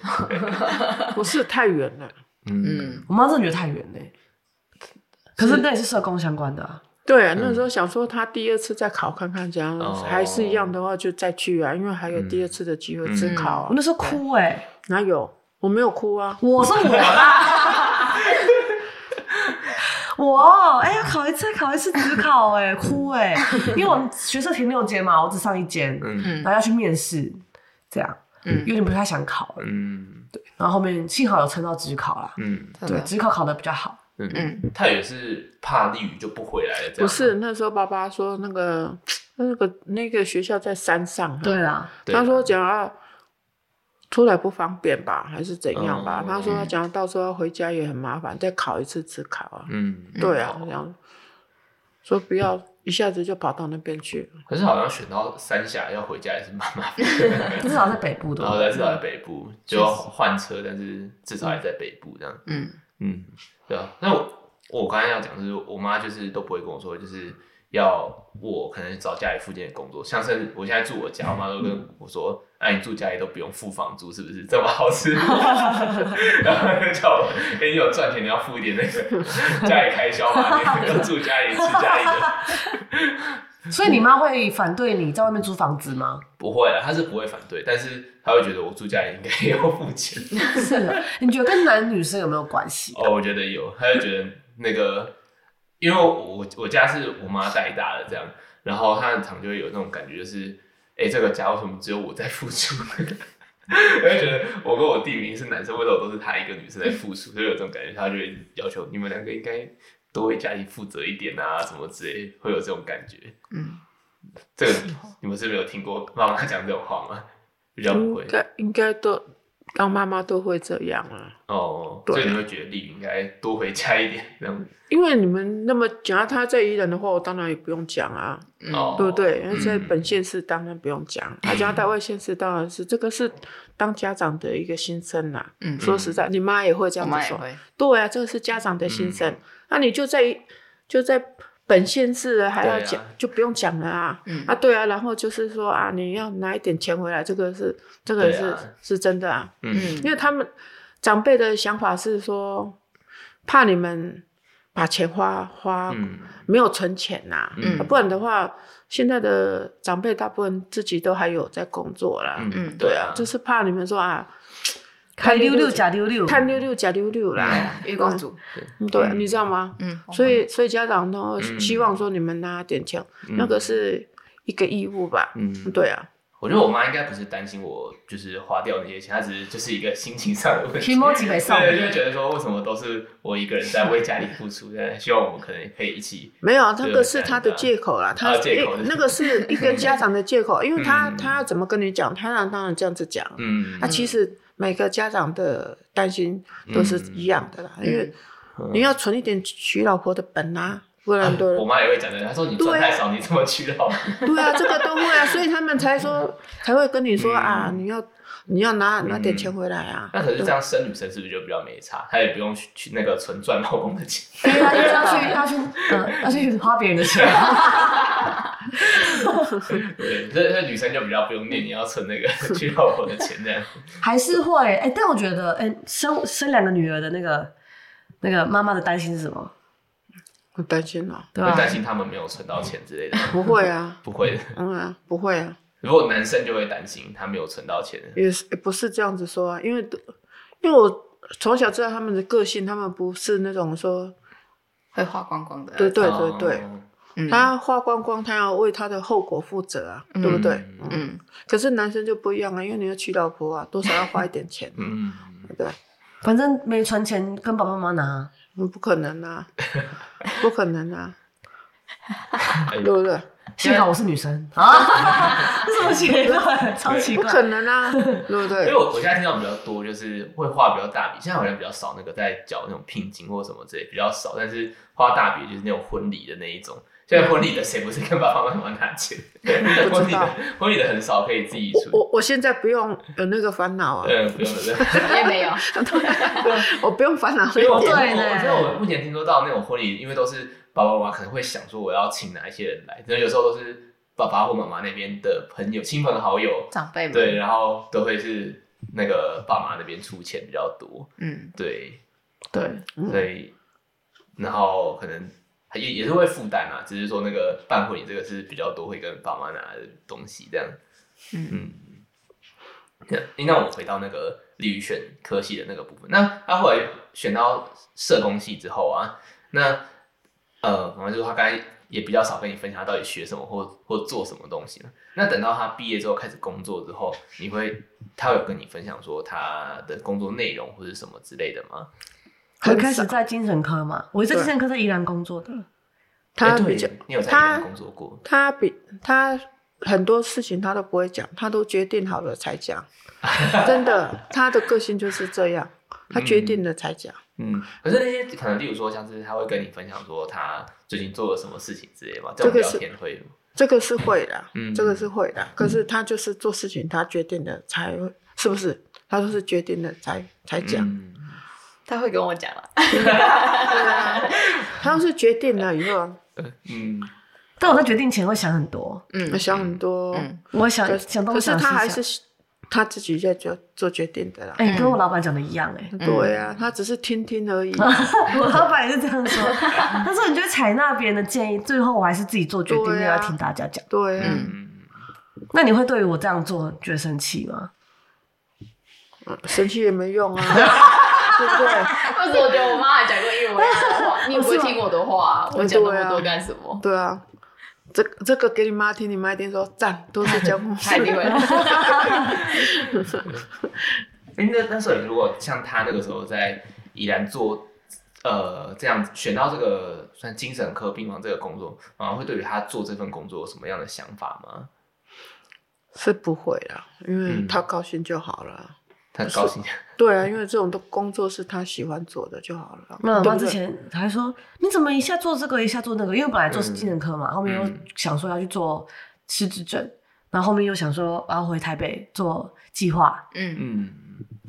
[SPEAKER 4] 不是太远了。
[SPEAKER 3] 嗯，
[SPEAKER 2] 嗯，
[SPEAKER 1] 我妈真的觉得太远嘞、可是那也是社工相关的啊。
[SPEAKER 4] 对啊，那时候想说他第二次再考看看，这样、
[SPEAKER 3] 哦
[SPEAKER 4] 还是一样的话就再去啊，因为还有第二次的机会自考啊。
[SPEAKER 1] 我那时候哭哎、
[SPEAKER 4] 哪有？我没有哭
[SPEAKER 3] 哦
[SPEAKER 4] 啊，
[SPEAKER 1] 我是我
[SPEAKER 3] [laughs]
[SPEAKER 1] 啦，我哎、要考一次，考一次只考哎、哭哎、因为我们学测停六间嘛，我只上一间，
[SPEAKER 3] 嗯
[SPEAKER 1] 然后要去面试，这样，
[SPEAKER 2] 嗯
[SPEAKER 1] 有点不太想考了。
[SPEAKER 3] 嗯
[SPEAKER 1] 然后后面幸好有撑到职考啦，
[SPEAKER 3] 嗯
[SPEAKER 2] 真
[SPEAKER 1] 对，
[SPEAKER 2] 的，
[SPEAKER 1] 职考考的比较好。
[SPEAKER 3] 嗯
[SPEAKER 2] 嗯
[SPEAKER 3] 嗯，他也是怕利雨就不回来了，这样
[SPEAKER 4] 不是那时候爸爸说那个那个那个学校在山上、啊，
[SPEAKER 1] 对啦，
[SPEAKER 3] 对
[SPEAKER 4] 他说讲要出来不方便吧，还是怎样吧？
[SPEAKER 3] 哦
[SPEAKER 4] 他说讲到时候要回家也很麻烦，再考一次自考啊。
[SPEAKER 3] 嗯，
[SPEAKER 4] 对啊，这样说不要一下子就跑到那边去。
[SPEAKER 3] 可是好像选到三峡要回家也是蛮麻烦，
[SPEAKER 1] [laughs] 至少在北部的
[SPEAKER 3] 然
[SPEAKER 1] 话，
[SPEAKER 3] 后再至少在北部就要换车，但是至少还在北部这样，
[SPEAKER 2] 嗯
[SPEAKER 3] 嗯，对啊。那我我刚才要讲的是，我妈就是都不会跟我说，就是要我可能找家里附近的工作，像是我现在住我家，我妈都跟我说，哎、你住家里都不用付房租，是不是这么好吃？ [laughs] 然后就叫我，哎、你有赚钱，你要付一点那个家里开销嘛，你要住家里吃家里的。 [laughs]
[SPEAKER 1] 所以你妈会反对你在外面租房子吗？
[SPEAKER 3] 不会啊，他是不会反对，但是他会觉得我住家里应该也要付钱。
[SPEAKER 1] 是的，你觉得跟男女生有没有关系？
[SPEAKER 3] 哦，我觉得有，他就觉得那个，因为我我家是我妈带大的这样，然后他很常就会有那种感觉，就是哎、诶这个家为什么只有我在付出？ [laughs] 我就觉得我跟我弟明明是男生，为什么都是他一个女生在付出？就有这种感觉，他就会要求你们两个应该多为家里负责一点啊，什么之类，会有这种感觉。
[SPEAKER 2] 嗯，
[SPEAKER 3] 这个你们是没有听过妈妈讲这种话吗？比较不会
[SPEAKER 4] 应。该应该都当妈妈都会这样啊，
[SPEAKER 3] 哦，
[SPEAKER 4] 对
[SPEAKER 3] 所以你会觉得丽宇应该多回家一点，这样
[SPEAKER 4] 因为你们那么讲到他在宜人的话，我当然也不用讲啊，
[SPEAKER 2] 嗯
[SPEAKER 3] 哦，
[SPEAKER 4] 对不对？因为在
[SPEAKER 3] 嗯
[SPEAKER 4] 本县市当然不用讲，他讲到外县市当然是这个是当家长的一个心声啦。
[SPEAKER 2] 嗯
[SPEAKER 4] 说实在，你妈也会这
[SPEAKER 2] 我
[SPEAKER 4] 样子
[SPEAKER 2] 妈也
[SPEAKER 4] 说，
[SPEAKER 2] 会，
[SPEAKER 4] 对啊，这个是家长的心
[SPEAKER 3] 嗯
[SPEAKER 4] 声。那你就在就在本县市了还要
[SPEAKER 3] 对啊
[SPEAKER 4] 讲，就不用讲了啊。
[SPEAKER 2] 嗯
[SPEAKER 4] 啊，对啊，然后就是说啊，你要拿一点钱回来，这个是这个
[SPEAKER 3] 对
[SPEAKER 4] 是、
[SPEAKER 3] 啊
[SPEAKER 4] 是真的啊，
[SPEAKER 3] 嗯
[SPEAKER 4] 因为他们长辈的想法是说，怕你们把钱花花、
[SPEAKER 3] 嗯
[SPEAKER 4] 没有存钱呐、
[SPEAKER 3] 嗯
[SPEAKER 4] 啊不然的话，现在的长辈大部分自己都还有在工作啦。
[SPEAKER 3] 嗯，
[SPEAKER 2] 嗯
[SPEAKER 3] 对啊，
[SPEAKER 4] 啊就是怕你们说啊，
[SPEAKER 1] 开溜溜假溜溜，
[SPEAKER 4] 碳六六假六六
[SPEAKER 2] 对
[SPEAKER 4] 啦，
[SPEAKER 2] 啊月光族，
[SPEAKER 4] 对啊，
[SPEAKER 3] 嗯
[SPEAKER 4] 你知道吗？
[SPEAKER 2] 嗯，
[SPEAKER 4] 所以所以家长呢
[SPEAKER 3] 嗯
[SPEAKER 4] 希望说你们拿点钱，
[SPEAKER 3] 嗯
[SPEAKER 4] 那个是一个义务吧？
[SPEAKER 3] 嗯，
[SPEAKER 4] 对啊，
[SPEAKER 3] 我觉得我妈应该不是担心我就是花掉那些钱，她只是就是一个心情上的问题。
[SPEAKER 1] emoji 没上，
[SPEAKER 3] 对，就会觉得说为什么都是我一个人在为家里付出，但希望我们可能可以一起，
[SPEAKER 4] 没有那
[SPEAKER 3] 对
[SPEAKER 4] 个是他
[SPEAKER 3] 对
[SPEAKER 4] 的
[SPEAKER 3] 啊
[SPEAKER 4] 借口啦，他
[SPEAKER 3] 啊借口
[SPEAKER 4] 诶那个是一个家长的借口，因为他
[SPEAKER 3] 嗯
[SPEAKER 4] 他要怎么跟你讲，他当当然这样子讲。
[SPEAKER 3] [laughs] 嗯
[SPEAKER 4] 那其实每个家长的担心都是
[SPEAKER 3] 嗯
[SPEAKER 4] 一样的啦，因为你要存一点娶老婆的本啊，不然都
[SPEAKER 3] [laughs] 我妈也会讲的，她说你赚太少，你这么去到，
[SPEAKER 4] 对啊，这个都会啊，所以他们才说才会跟你说
[SPEAKER 3] 嗯
[SPEAKER 4] 啊，你要你要拿拿点钱回来啊。
[SPEAKER 3] 那可是这样生女生是不是就比较没差？她也不用去去那个纯赚老公的钱。
[SPEAKER 1] 因为要去要去嗯要去花别人的钱，
[SPEAKER 3] 对，这 [laughs] 这女生就比较不用念，你要存那个去老婆的钱这样。
[SPEAKER 1] 还是会哎。但我觉得哎，生生两个女儿的那个那个妈妈的担心是什么？
[SPEAKER 4] 我担心哦，
[SPEAKER 1] 对啊
[SPEAKER 3] 会
[SPEAKER 1] 吧？
[SPEAKER 3] 担心他们没有存到钱之类的，
[SPEAKER 4] 不会啊，
[SPEAKER 3] 不会的。
[SPEAKER 4] 嗯啊，不会啊，
[SPEAKER 3] 如果男生就会担心他没有存到钱，
[SPEAKER 4] 也是也不是这样子说啊，因为因为我从小知道他们的个性，他们不是那种说，
[SPEAKER 2] 会花光光的，
[SPEAKER 4] 对对对
[SPEAKER 3] 哦
[SPEAKER 4] 对，
[SPEAKER 2] 嗯，
[SPEAKER 4] 他花光光，他要为他的后果负责啊，对不对？嗯
[SPEAKER 2] 嗯
[SPEAKER 4] 可是男生就不一样啊，因为你要娶老婆啊，多少要花一点钱，
[SPEAKER 3] [laughs] 嗯，
[SPEAKER 4] 对，
[SPEAKER 1] 反正没存钱，跟爸爸妈妈拿。
[SPEAKER 4] 嗯不可能啊，
[SPEAKER 3] [laughs]
[SPEAKER 4] 不可能啊，
[SPEAKER 3] 哎
[SPEAKER 4] 对不对？
[SPEAKER 1] 幸好我是女生啊， [laughs] 这什么结论？超奇
[SPEAKER 4] 不
[SPEAKER 1] 怪。
[SPEAKER 4] 可能
[SPEAKER 3] [laughs]
[SPEAKER 4] 啊，对不
[SPEAKER 3] 因为
[SPEAKER 4] 对？
[SPEAKER 3] 我我现在听到比较多，就是会花比较大笔，现在好像比较少那个在缴那种聘金或什么之类，比较少，但是花大笔就是那种婚礼的那一种，现在婚礼的谁不是跟爸爸妈妈拿钱？
[SPEAKER 4] [laughs] 不
[SPEAKER 3] [laughs] 婚
[SPEAKER 4] 知
[SPEAKER 3] 礼
[SPEAKER 4] 道
[SPEAKER 3] 的婚礼的很少可以自己
[SPEAKER 4] 我
[SPEAKER 3] 出，
[SPEAKER 4] 我我现在不用有那个烦恼啊，
[SPEAKER 3] 嗯，不用了。
[SPEAKER 2] [laughs]
[SPEAKER 3] [laughs]
[SPEAKER 2] 也没有，
[SPEAKER 4] 我不用烦恼
[SPEAKER 3] 所以我
[SPEAKER 1] 对
[SPEAKER 3] 我
[SPEAKER 1] 呢
[SPEAKER 3] 我觉得我目前听说到那种婚礼，因为都是爸爸妈妈可能会想说我要请哪一些人来，那有时候都是爸爸或妈妈那边的朋友、亲朋好友，
[SPEAKER 2] 长 [laughs] 辈们，
[SPEAKER 3] 对，，然后都会是那个爸妈那边出钱比较多，
[SPEAKER 2] 嗯，
[SPEAKER 3] 对，
[SPEAKER 1] 对，
[SPEAKER 4] 嗯
[SPEAKER 3] 所以然后可能也也是会负担啊，只是说那个办婚礼这个是比较多会跟爸妈拿的东西这样，
[SPEAKER 2] 嗯
[SPEAKER 3] 嗯。那诶那我回到那个利于选科系的那个部分，那他后来选到社工系之后啊，那呃，我们就说他刚才也比较少跟你分享他到底学什么或或做什么东西了。那等到他毕业之后开始工作之后，你会他有跟你分享说他的工作内容或者什么之类的吗？
[SPEAKER 1] 我一
[SPEAKER 4] 很
[SPEAKER 1] 开始
[SPEAKER 4] 少
[SPEAKER 1] 在精神科嘛，我在精神科在宜兰工作的，
[SPEAKER 4] 他
[SPEAKER 3] 哎诶对
[SPEAKER 4] 比较
[SPEAKER 3] 你有在
[SPEAKER 4] 他
[SPEAKER 3] 那边工作过，
[SPEAKER 4] 他比他很多事情他都不会讲，他都决定好了才
[SPEAKER 3] [laughs]
[SPEAKER 4] 讲，真的，他的个性就是这样，他决定了才讲。
[SPEAKER 3] 嗯，可是那些可能例如说像是他会跟你分享说他最近做了什么事情之类嘛，这
[SPEAKER 4] 这
[SPEAKER 3] 种
[SPEAKER 4] 个
[SPEAKER 3] 聊
[SPEAKER 4] 是
[SPEAKER 3] 天会吗
[SPEAKER 4] 这个是会的，
[SPEAKER 3] 嗯
[SPEAKER 4] 这个是会的。可是他就是做事情，他决定了才会，是不是？他都是决定了才才讲，
[SPEAKER 3] 嗯
[SPEAKER 2] 他会跟我讲啊了，
[SPEAKER 4] 对啊，他要是决定了以后，
[SPEAKER 3] 嗯，
[SPEAKER 1] 但我在决定前会想很多，
[SPEAKER 2] 嗯
[SPEAKER 4] 我想很多，
[SPEAKER 2] 嗯
[SPEAKER 1] 我想
[SPEAKER 4] 可
[SPEAKER 1] 想东
[SPEAKER 4] 可是
[SPEAKER 1] 想西
[SPEAKER 4] 他还
[SPEAKER 1] 想。
[SPEAKER 4] 是嗯他自己在做做决定的啦。
[SPEAKER 1] 哎、跟我老板讲的一样哎、 [laughs]
[SPEAKER 4] 对啊，
[SPEAKER 3] 嗯
[SPEAKER 4] 他只是听听而已。
[SPEAKER 1] 我老板也是这样
[SPEAKER 4] [laughs]
[SPEAKER 1] 说。但是你就会采纳别人的建议，最后我还是自己做决定，
[SPEAKER 4] 对
[SPEAKER 1] 没
[SPEAKER 4] 啊
[SPEAKER 1] 有要听大家讲。
[SPEAKER 4] 对啊，
[SPEAKER 3] 嗯，
[SPEAKER 1] 那你会对于我这样做觉得生气吗？
[SPEAKER 3] 嗯
[SPEAKER 4] 生气也没用啊，
[SPEAKER 3] [laughs]
[SPEAKER 4] 对不对？
[SPEAKER 2] 为什么我觉得我妈还讲过一模一样的话？你也不会听我的话、啊 [laughs] 我讲那么多干什么？
[SPEAKER 4] 对啊，这这个给你妈听，你妈一定说赞，都是
[SPEAKER 3] [laughs]
[SPEAKER 4] 江湖
[SPEAKER 2] 她一定会。
[SPEAKER 3] 哎、那那时候你如果像他那个时候在宜兰做，呃，这样子选到这个算精神科病房这个工作，然后会对于他做这份工作有什么样的想法吗？
[SPEAKER 4] [laughs] 是不会啦，因为
[SPEAKER 3] 嗯
[SPEAKER 4] 他高兴就好了。
[SPEAKER 3] 他高兴，
[SPEAKER 4] 对啊，因为这种的工作是他喜欢做的就好了。
[SPEAKER 1] 那我
[SPEAKER 4] 对
[SPEAKER 1] 妈
[SPEAKER 4] 不
[SPEAKER 1] 之
[SPEAKER 4] 对
[SPEAKER 1] 前还说，你怎么一下做这个，一下做那个？因为本来做精神科嘛，后面又
[SPEAKER 3] 嗯
[SPEAKER 1] 想说要去做失智症，然后后面又想说我要回台北做计划，
[SPEAKER 2] 嗯，
[SPEAKER 3] 嗯，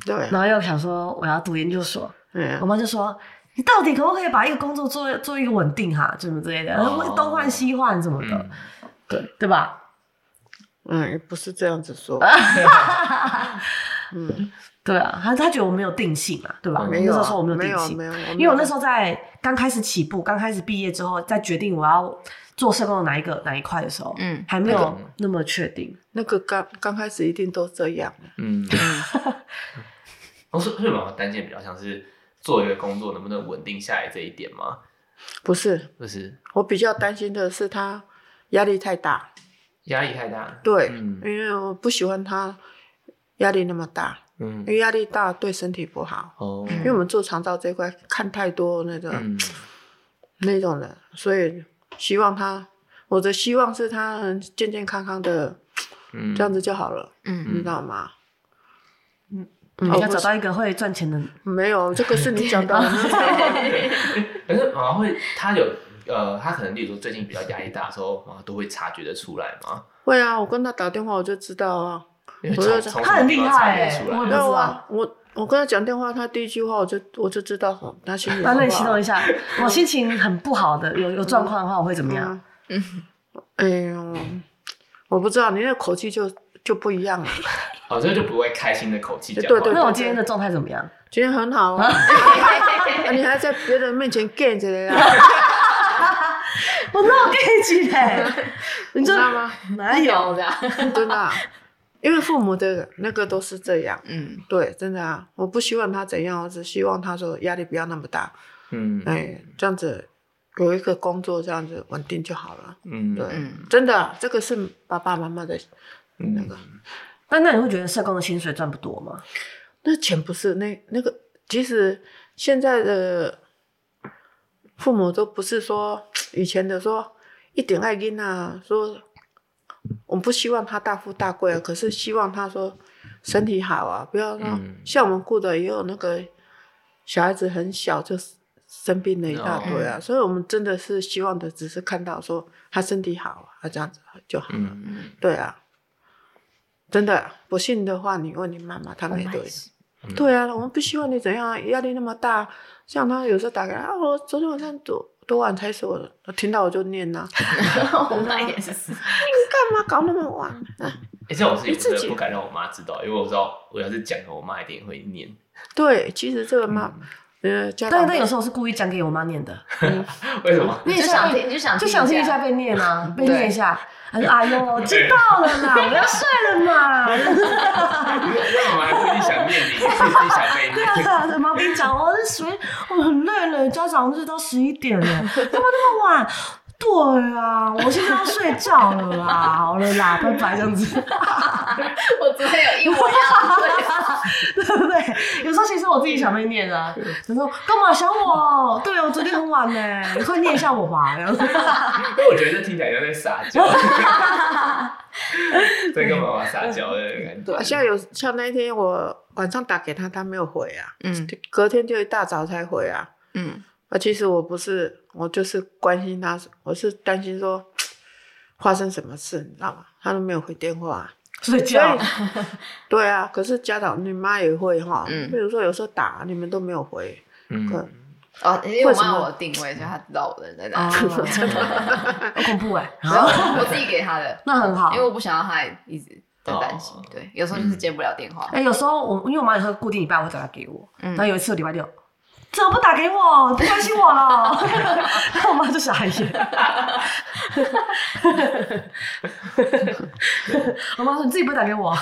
[SPEAKER 4] 对啊，
[SPEAKER 1] 然后又想说我要读研究所。
[SPEAKER 4] 对啊
[SPEAKER 1] 我妈就说：“你到底可不可以把一个工作做做一个稳定哈、什么之类的，然后
[SPEAKER 3] 哦
[SPEAKER 1] 东换西换什么
[SPEAKER 3] [laughs]
[SPEAKER 1] 的，
[SPEAKER 3] 嗯
[SPEAKER 1] 对对吧？
[SPEAKER 4] 嗯，也不是这样子说，
[SPEAKER 1] 啊
[SPEAKER 4] 嗯，
[SPEAKER 1] 对啊，她她觉得我没有定性啊，对吧？
[SPEAKER 3] 嗯
[SPEAKER 4] 没有
[SPEAKER 1] 那时
[SPEAKER 4] 啊，
[SPEAKER 1] 候说我没有
[SPEAKER 4] 没
[SPEAKER 1] 定
[SPEAKER 4] 有，
[SPEAKER 1] 性
[SPEAKER 4] 没，有，
[SPEAKER 1] 因为我那时
[SPEAKER 4] 候
[SPEAKER 1] 候在刚开始起步，刚开始毕业之后，在决定我要做社工的哪一个哪一块的时候，
[SPEAKER 2] 嗯
[SPEAKER 1] 还没
[SPEAKER 3] 那
[SPEAKER 1] 有
[SPEAKER 3] 种
[SPEAKER 1] 那么确定。
[SPEAKER 4] 那个刚刚开始一定都这样，
[SPEAKER 3] 嗯， [laughs] 我说日本担心比较像是做一个工作能不能稳定下来这一点吗？
[SPEAKER 4] 不是？
[SPEAKER 3] 就是
[SPEAKER 4] 我比较担心的是他压力太大，
[SPEAKER 3] 压力太大，
[SPEAKER 4] 对，
[SPEAKER 3] 嗯
[SPEAKER 4] 因为我不喜欢他压力那么大，
[SPEAKER 3] 嗯
[SPEAKER 4] 因，为压力大对身体不好。
[SPEAKER 3] 哦，
[SPEAKER 4] 因为我们做肠道这一块看太多那个、
[SPEAKER 3] 嗯
[SPEAKER 4] 那种人，所以希望他，我的希望是他能健健康康的，
[SPEAKER 3] 嗯，
[SPEAKER 4] 这样子就好了，
[SPEAKER 2] 嗯
[SPEAKER 4] 你知道吗？
[SPEAKER 1] 嗯
[SPEAKER 4] 哦
[SPEAKER 1] 要
[SPEAKER 4] 不
[SPEAKER 1] 找
[SPEAKER 4] 是
[SPEAKER 1] 到一个会赚钱的，[laughs]
[SPEAKER 4] 没有，这个是你讲的，我没有讲
[SPEAKER 3] 可是妈妈会，他有呃，他可能例如说最近比较压力大的时候，妈妈都会察觉得出来吗？
[SPEAKER 4] 会啊，我跟他打电话我就知道啊，
[SPEAKER 3] 因为
[SPEAKER 4] 我就
[SPEAKER 3] 从从
[SPEAKER 1] 他
[SPEAKER 3] 什
[SPEAKER 1] 很
[SPEAKER 3] 么地
[SPEAKER 1] 厉
[SPEAKER 3] 方察
[SPEAKER 1] 害哎，
[SPEAKER 3] 觉出来
[SPEAKER 1] 我也不
[SPEAKER 4] 对
[SPEAKER 1] 知道。
[SPEAKER 4] 啊，我我跟他讲电话，他第一句话我就我就知道他心里好
[SPEAKER 1] 那那
[SPEAKER 4] 不好。
[SPEAKER 1] 你形容一下，我心情很不好的，有有状况的话，我会怎么样？
[SPEAKER 2] 嗯
[SPEAKER 4] 哎呦，我不知道，你那口气就就不一样了。
[SPEAKER 3] 哦，所以就不会开心的口气讲话。
[SPEAKER 4] 对对
[SPEAKER 1] 那我今天的状态怎么样？
[SPEAKER 4] 今天很好啊，
[SPEAKER 1] [laughs]
[SPEAKER 2] [laughs]
[SPEAKER 4] 啊你还在别人面前 gay 着嘞啊，
[SPEAKER 1] 我那我跟你
[SPEAKER 4] [laughs]
[SPEAKER 1] 起来，你
[SPEAKER 4] 你知
[SPEAKER 1] 知
[SPEAKER 4] 道
[SPEAKER 1] 道
[SPEAKER 4] 吗？
[SPEAKER 1] 哪有？
[SPEAKER 2] 哎这样，
[SPEAKER 4] 真的啊、因为父母的那个都是这样，
[SPEAKER 2] 嗯
[SPEAKER 4] 对，真的啊，我不希望他怎样，我只希望他说压力不要那么大，
[SPEAKER 3] 嗯
[SPEAKER 4] 哎，这样子有一个工作这样子稳定就好了，
[SPEAKER 3] 嗯嗯
[SPEAKER 4] 对，
[SPEAKER 2] 嗯
[SPEAKER 4] 真的啊、这个是爸爸妈妈的那个，
[SPEAKER 1] 那那你会觉得社工的薪水赚不多吗？
[SPEAKER 4] 那钱不是那那个，其实现在的父母都不是说以前的说一点爱因啊，说我们不希望他大富大贵啊，可是希望他说身体好啊，不要说、
[SPEAKER 3] 嗯
[SPEAKER 4] 像我们顾的也有那个小孩子很小就生病了一
[SPEAKER 3] 哦
[SPEAKER 4] 大堆啊，所以我们真的是希望的只是看到说他身体好啊，他这样子就好了。
[SPEAKER 3] 嗯，
[SPEAKER 2] 嗯，
[SPEAKER 4] 对啊，真的啊，不信的话，你问你妈妈，他们也
[SPEAKER 2] 我
[SPEAKER 4] 对
[SPEAKER 2] 也。是
[SPEAKER 3] 嗯
[SPEAKER 4] 对啊，我们不希望你怎样啊，压力那么大。像他有时候打给他啊，我昨天晚上多多晚才睡，我听到我就念呐、
[SPEAKER 2] 我们也是，
[SPEAKER 4] 干嘛搞那么晚？啊
[SPEAKER 3] 哎，这种事情
[SPEAKER 4] 你
[SPEAKER 3] 我真
[SPEAKER 4] 自己
[SPEAKER 3] 的不敢让我妈知道，因为我知道我要是讲了，我妈一定会念。
[SPEAKER 4] [laughs]
[SPEAKER 3] 嗯
[SPEAKER 4] 对，其实这个妈，呃，家
[SPEAKER 1] 但
[SPEAKER 4] 长
[SPEAKER 1] 但有时候是故意讲给我妈念的，
[SPEAKER 3] [laughs] 为什么？
[SPEAKER 1] [laughs] 你
[SPEAKER 2] 就
[SPEAKER 1] 也
[SPEAKER 2] 想
[SPEAKER 1] 想
[SPEAKER 2] 听，就想
[SPEAKER 1] 就想听一
[SPEAKER 2] 一
[SPEAKER 1] 下
[SPEAKER 2] 下，
[SPEAKER 1] 被念啊，被
[SPEAKER 2] 对
[SPEAKER 1] 念一下。 [laughs] 他说：“哎呦，我知道了啦，我要睡了嘛。” [laughs]
[SPEAKER 3] 那我妈还不一定想念你，是自己想被
[SPEAKER 1] 对啊，对
[SPEAKER 3] 念。
[SPEAKER 1] 啊，妈跟你讲，我是属于我很累了，家长日到十一点了，干嘛那么晚？对啊，我现在要睡觉了啦， [laughs] 好了啦，拜拜，这样子，
[SPEAKER 2] 我昨天有一
[SPEAKER 1] [laughs]
[SPEAKER 2] 模一样的对话，
[SPEAKER 1] 对不对？有时候其实我自己想被念啊，他说干嘛想我？对，我昨天很晚呢，你快念一下我吧，这样子。 [laughs]
[SPEAKER 3] 因为我觉得这听起来像在撒娇，在跟妈妈撒娇的感觉。
[SPEAKER 4] 对啊，像有像那一天我晚上打给他，他没有回啊，
[SPEAKER 2] 嗯
[SPEAKER 4] 隔天就一大早才回啊。
[SPEAKER 2] 嗯，
[SPEAKER 4] 啊，其实我不是，我就是关心他，我是担心说发生什么事，你知道吗？他都没有回电话啊、
[SPEAKER 1] 睡
[SPEAKER 4] 所
[SPEAKER 1] 觉
[SPEAKER 4] 以，对啊，可是家长你妈也会哈，
[SPEAKER 2] 嗯
[SPEAKER 4] 比如说有时候打你们都没有回，
[SPEAKER 3] 嗯，
[SPEAKER 2] 哦，因为我
[SPEAKER 4] 为什
[SPEAKER 2] 妈
[SPEAKER 4] 么
[SPEAKER 2] 有我的定位，所以她知道我的啊人在哪
[SPEAKER 1] 哦
[SPEAKER 2] 里，， [laughs]
[SPEAKER 1] [laughs] 好恐怖哎，
[SPEAKER 2] 然后我自己给她的，
[SPEAKER 1] 那很好
[SPEAKER 2] 因。为我不想让她一直在担心
[SPEAKER 3] 哦，
[SPEAKER 2] 对，有时候就是接不了电话，
[SPEAKER 1] 哎、有时候我因为我妈有时候固定礼拜会打给我，
[SPEAKER 2] 嗯
[SPEAKER 1] 然后有一次我礼拜六，怎么不打给我？不关心我了？ [laughs] 然后我妈就傻眼， [laughs] 我妈说你自己不会打给我，啊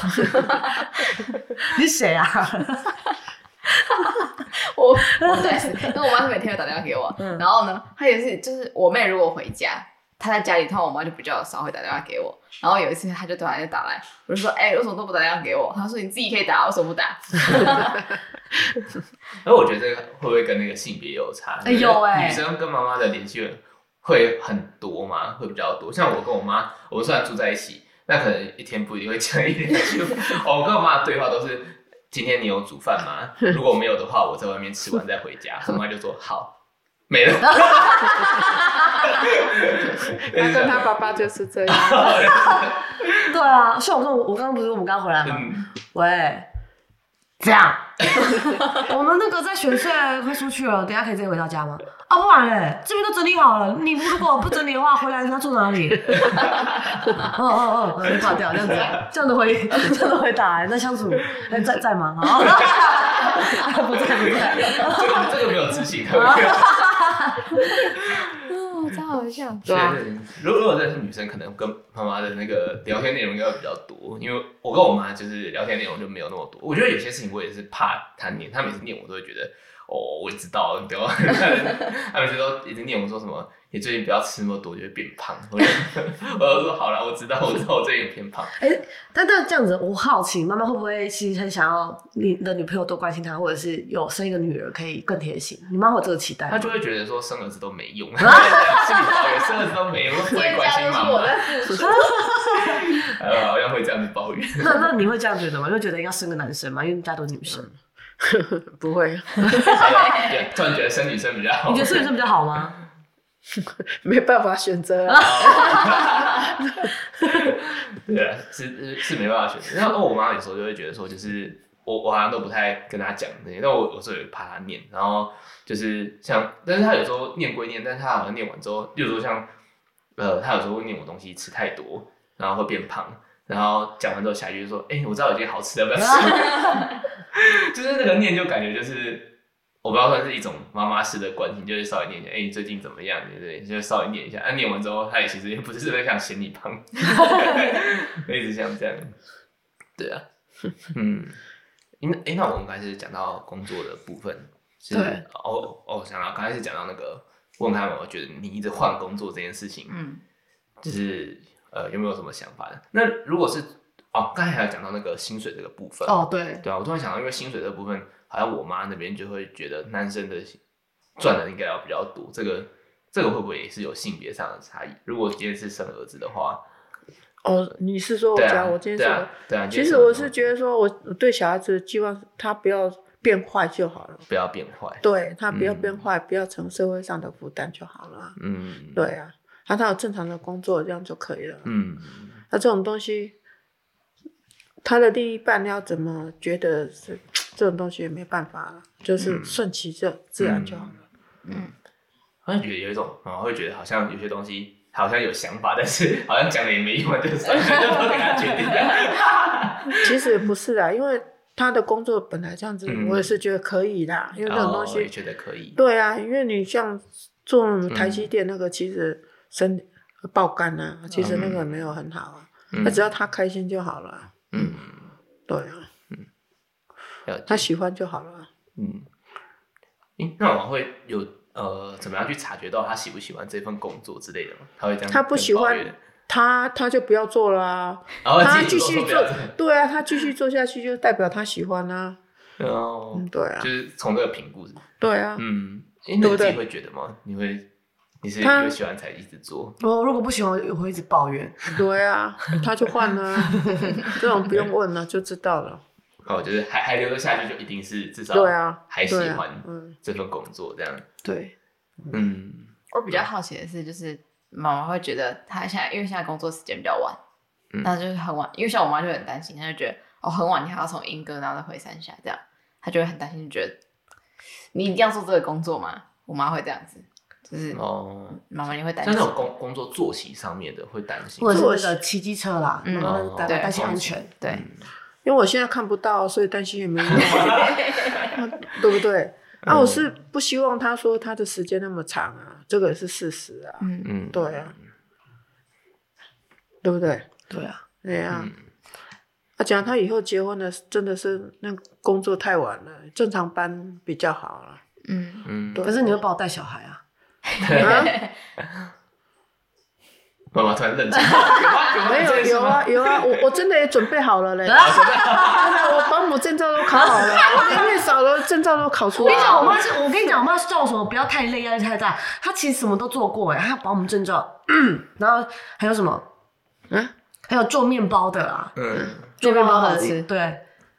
[SPEAKER 1] [laughs] 你是谁啊？ [laughs]
[SPEAKER 2] [laughs] 我我对， [laughs] 因为我妈是每天有打电话给我，然后呢，她也是就是我妹如果回家，她在家里，通常我妈就比较少会打电话给我。然后有一次，她就突然就打来，我就说：“哎、为什么都不打电话给我？”她说：“你自己可以打，为什么不打
[SPEAKER 3] 而我觉得这个会不会跟那个性别有差？
[SPEAKER 1] 哎有哎
[SPEAKER 4] 欸
[SPEAKER 3] 女生跟妈妈的联系会很多吗？会比较多。像我跟我妈，我们虽然住在一起，那可能一天不一定会讲一两句。 [laughs] 哦我跟我妈的对话都是：今天你有煮饭吗？如果没有的话，我在外面吃完再回家。我妈就说好，没
[SPEAKER 4] [laughs]
[SPEAKER 3] 了。
[SPEAKER 4] 那跟他爸爸就是这样，
[SPEAKER 1] 对啊，所以我说我我刚刚不是我们刚回来吗？
[SPEAKER 3] [laughs] 嗯，
[SPEAKER 1] 喂，这 [laughs] 样，我们那个在选税快出去了，等一下可以直接回到家吗？啊，不然嘞，这边都整理好了，你如果不整理的话，回来要住哪 [laughs] 里？哦哦哦，你挂掉这样子，这样的回，这样的回答、那相处，哎，在在 [laughs] 吗？好，不在不在，
[SPEAKER 3] 这个这个没有自信，
[SPEAKER 4] [laughs]
[SPEAKER 3] 特别。？”
[SPEAKER 2] [laughs] 哦，超好笑。
[SPEAKER 4] 对啊，
[SPEAKER 3] 如果如果认识女生，可能跟妈妈的那个聊天内容应该会比较多，因为我跟我妈就是聊天内容就没有那么多。我觉得有些事情我也是怕她念，她每次念我都会觉得，哦，我知道，你不要。 [laughs] 她每次都一直念我说什么，你最近不要吃那么多，就会变胖。 [laughs] 我就我就说好了，我知道，我知道我最
[SPEAKER 1] [laughs]
[SPEAKER 3] 近变胖。
[SPEAKER 1] 哎、但但这样子，我好奇，妈妈会不会其实很想要你的女朋友多关心她，或者是有生一个女儿可以更贴心？你妈会有这个期待吗？
[SPEAKER 3] 她就会觉得说生儿子都没用，
[SPEAKER 1] 啊
[SPEAKER 3] [laughs] 心里抱怨生儿子都没用，都不
[SPEAKER 2] 今
[SPEAKER 3] 会
[SPEAKER 2] 天
[SPEAKER 3] 关
[SPEAKER 2] 家
[SPEAKER 1] [laughs]
[SPEAKER 3] 心
[SPEAKER 2] 都
[SPEAKER 3] 妈
[SPEAKER 2] 是我
[SPEAKER 3] 妈。
[SPEAKER 2] 在付出，
[SPEAKER 3] [laughs] 呃，好像会这样子
[SPEAKER 1] [laughs]
[SPEAKER 3] 抱怨。
[SPEAKER 1] 那那你会这样觉得吗？因为觉得应该生个男生嘛，因为家都是女生。
[SPEAKER 4] 不会，
[SPEAKER 3] 对，突然觉得生女生比较好。
[SPEAKER 1] 你觉得生女生比较好吗？
[SPEAKER 4] 没办法选
[SPEAKER 3] [laughs]
[SPEAKER 4] 择啊。
[SPEAKER 3] 对啊，是是没办法选择。然后我妈有时候就会觉得说，就是我我好像都不太跟她讲这些，但我有时候也怕她念。然后就是像，但是她有时候念归念，但是她好像念完之后，例如说像呃，她有时候会念我东西吃太多，然后会变胖。然后讲完之后，下一句就说：“哎、我知道有些好吃的，要不要吃？” [laughs] 就是那个念，就感觉就是我不知道算是一种妈妈式的关心，就是稍微念一下，哎、你最近怎么样？对不对？就稍微念一下。啊，念完之后，她也其实也不是很想嫌你胖， [laughs] 我一直想这样。对啊，嗯，那哎、那我们刚才是讲到工作的部分，是
[SPEAKER 4] 对
[SPEAKER 3] 哦哦，想到刚才是讲到那个问他们，我觉得你一直换工作这件事情，
[SPEAKER 2] [laughs] 嗯，
[SPEAKER 3] 就是呃有没有什么想法的？那如果是哦，刚才还有讲到那个薪水这个部分，
[SPEAKER 1] 哦，对，
[SPEAKER 3] 对啊，我突然想到，因为薪水这部分，好像我妈那边就会觉得男生的薪赚的应该要比较多，这个这个会不会也是有性别上的差异？如果今天是生儿子的话，
[SPEAKER 4] 哦，你是说我
[SPEAKER 3] 对
[SPEAKER 4] 家？
[SPEAKER 3] 啊，
[SPEAKER 4] 我今天
[SPEAKER 3] 对
[SPEAKER 4] 说
[SPEAKER 3] 啊，对啊，
[SPEAKER 4] 其实我是觉得说，我对小孩子的期望，他不要变坏就好了。
[SPEAKER 3] 不要变坏。
[SPEAKER 4] 对他不要变
[SPEAKER 3] 嗯
[SPEAKER 4] 坏，不要成社会上的负担就好了啊。
[SPEAKER 3] 嗯，
[SPEAKER 4] 对啊，让他有正常的工作，这样就可以了。
[SPEAKER 3] 嗯，
[SPEAKER 4] 那、这种东西，他的另一半要怎么觉得是这种东西也没办法了，就是
[SPEAKER 3] 嗯
[SPEAKER 4] 顺其自自然就好了。
[SPEAKER 2] 嗯，
[SPEAKER 3] 好像觉得有一种，啊，会觉得好像有些东西好像有想法，但是好像讲了也没用，就是就都给他决定
[SPEAKER 4] [laughs]
[SPEAKER 3] 了。
[SPEAKER 4] 其实不是啊啦，因为他的工作本来这样子，
[SPEAKER 3] 嗯
[SPEAKER 4] 我也是觉得可以啦，因为这
[SPEAKER 3] 然
[SPEAKER 4] 种
[SPEAKER 3] 后
[SPEAKER 4] 东
[SPEAKER 3] 哦也
[SPEAKER 4] 西，
[SPEAKER 3] 觉得可以。
[SPEAKER 4] 对啊，因为你像做台
[SPEAKER 3] 嗯
[SPEAKER 4] 积电那个，其实身爆肝啊，其实那个没有很好啊，
[SPEAKER 3] 嗯
[SPEAKER 4] 那、只要他开心就好了啊，
[SPEAKER 3] 嗯，
[SPEAKER 4] 对啊，
[SPEAKER 3] 了解
[SPEAKER 4] 他喜欢就好了啊。
[SPEAKER 3] 嗯，诶那我会有呃，怎么样去察觉到他喜不喜欢这份工作之类的吗？他会这样，
[SPEAKER 4] 他不喜欢，他他就不要做啦、
[SPEAKER 3] 然后
[SPEAKER 4] 他
[SPEAKER 3] 自己
[SPEAKER 4] 继续
[SPEAKER 3] 不
[SPEAKER 4] 做
[SPEAKER 3] 了，
[SPEAKER 4] 对啊，他继续做下去就代表他喜欢啊，
[SPEAKER 3] 然后
[SPEAKER 4] 嗯，对啊
[SPEAKER 3] 哦就，是从这个评估，
[SPEAKER 4] 对啊。
[SPEAKER 3] 嗯，诶那你
[SPEAKER 4] 对不
[SPEAKER 3] 自
[SPEAKER 4] 对
[SPEAKER 3] 己会觉得吗？你会，你是
[SPEAKER 4] 他
[SPEAKER 3] 有喜欢才一直做，
[SPEAKER 1] 我如果不喜欢，我会一直抱怨。
[SPEAKER 4] 对啊，他就换了、
[SPEAKER 3] [laughs]
[SPEAKER 4] 啊， [laughs] 这种不用问了就知道了。
[SPEAKER 3] 哦，就是还还留得下去，就一定是至少
[SPEAKER 4] 对啊，
[SPEAKER 3] 还喜
[SPEAKER 4] 对啊
[SPEAKER 3] 欢
[SPEAKER 4] 嗯，
[SPEAKER 3] 这份工作这样，
[SPEAKER 1] 对，
[SPEAKER 3] 嗯。
[SPEAKER 2] 我比较好奇的是，就是妈妈会觉得她现在，因为现在工作时间比较晚，
[SPEAKER 3] 嗯
[SPEAKER 2] 那就是很晚，因为像我妈就很担心，她就觉得哦很晚，你还要从英歌然后再回三峡这样，她就会很担心，就觉得你一定要做这个工作吗？我妈会这样子，
[SPEAKER 4] 嗯
[SPEAKER 2] 就是
[SPEAKER 3] 哦，
[SPEAKER 2] 妈妈你会担
[SPEAKER 3] 像
[SPEAKER 2] 心
[SPEAKER 3] 那，种工工作作息上面的会担心
[SPEAKER 1] 或，者
[SPEAKER 4] 做
[SPEAKER 1] 是那个骑机车啦，
[SPEAKER 2] 嗯
[SPEAKER 1] 然后担
[SPEAKER 2] 对
[SPEAKER 1] 担心安全。
[SPEAKER 2] 对，
[SPEAKER 4] 因为我现在看不到，所以担心也没用 [laughs] 啊，对不对？啊，我是不希望他说他的时间那么长啊，这个也是事实啊，
[SPEAKER 2] 嗯，
[SPEAKER 3] 嗯，
[SPEAKER 4] 对啊，对不对？
[SPEAKER 1] 对啊，
[SPEAKER 4] 对啊
[SPEAKER 3] 嗯，
[SPEAKER 4] 他讲他以后结婚了，真的是那工作太晚了，正常班比较好了。
[SPEAKER 2] 嗯，
[SPEAKER 3] 嗯，
[SPEAKER 4] 对
[SPEAKER 1] 可是你会帮我带小孩啊？
[SPEAKER 4] 啊
[SPEAKER 3] 妈妈突然 [laughs] 认真，有吗？有吗
[SPEAKER 4] 没有有啊，有啊，我我真的也准备好了嘞，真 [laughs] 的我保姆证照都考好了，我月嫂的证照都考出
[SPEAKER 1] 我
[SPEAKER 4] 来
[SPEAKER 1] 跟你讲，我
[SPEAKER 4] 了。
[SPEAKER 1] 妈是，我跟你讲，我妈是叫我什么不要太累，压力太大。她其实什么都做过哎、她保姆证照， [clears throat] 然后还有什么，
[SPEAKER 4] 嗯，
[SPEAKER 1] 还有做面包的啊，
[SPEAKER 3] 嗯，
[SPEAKER 1] 做面包
[SPEAKER 2] 面包
[SPEAKER 1] 的
[SPEAKER 2] 好吃
[SPEAKER 1] 对，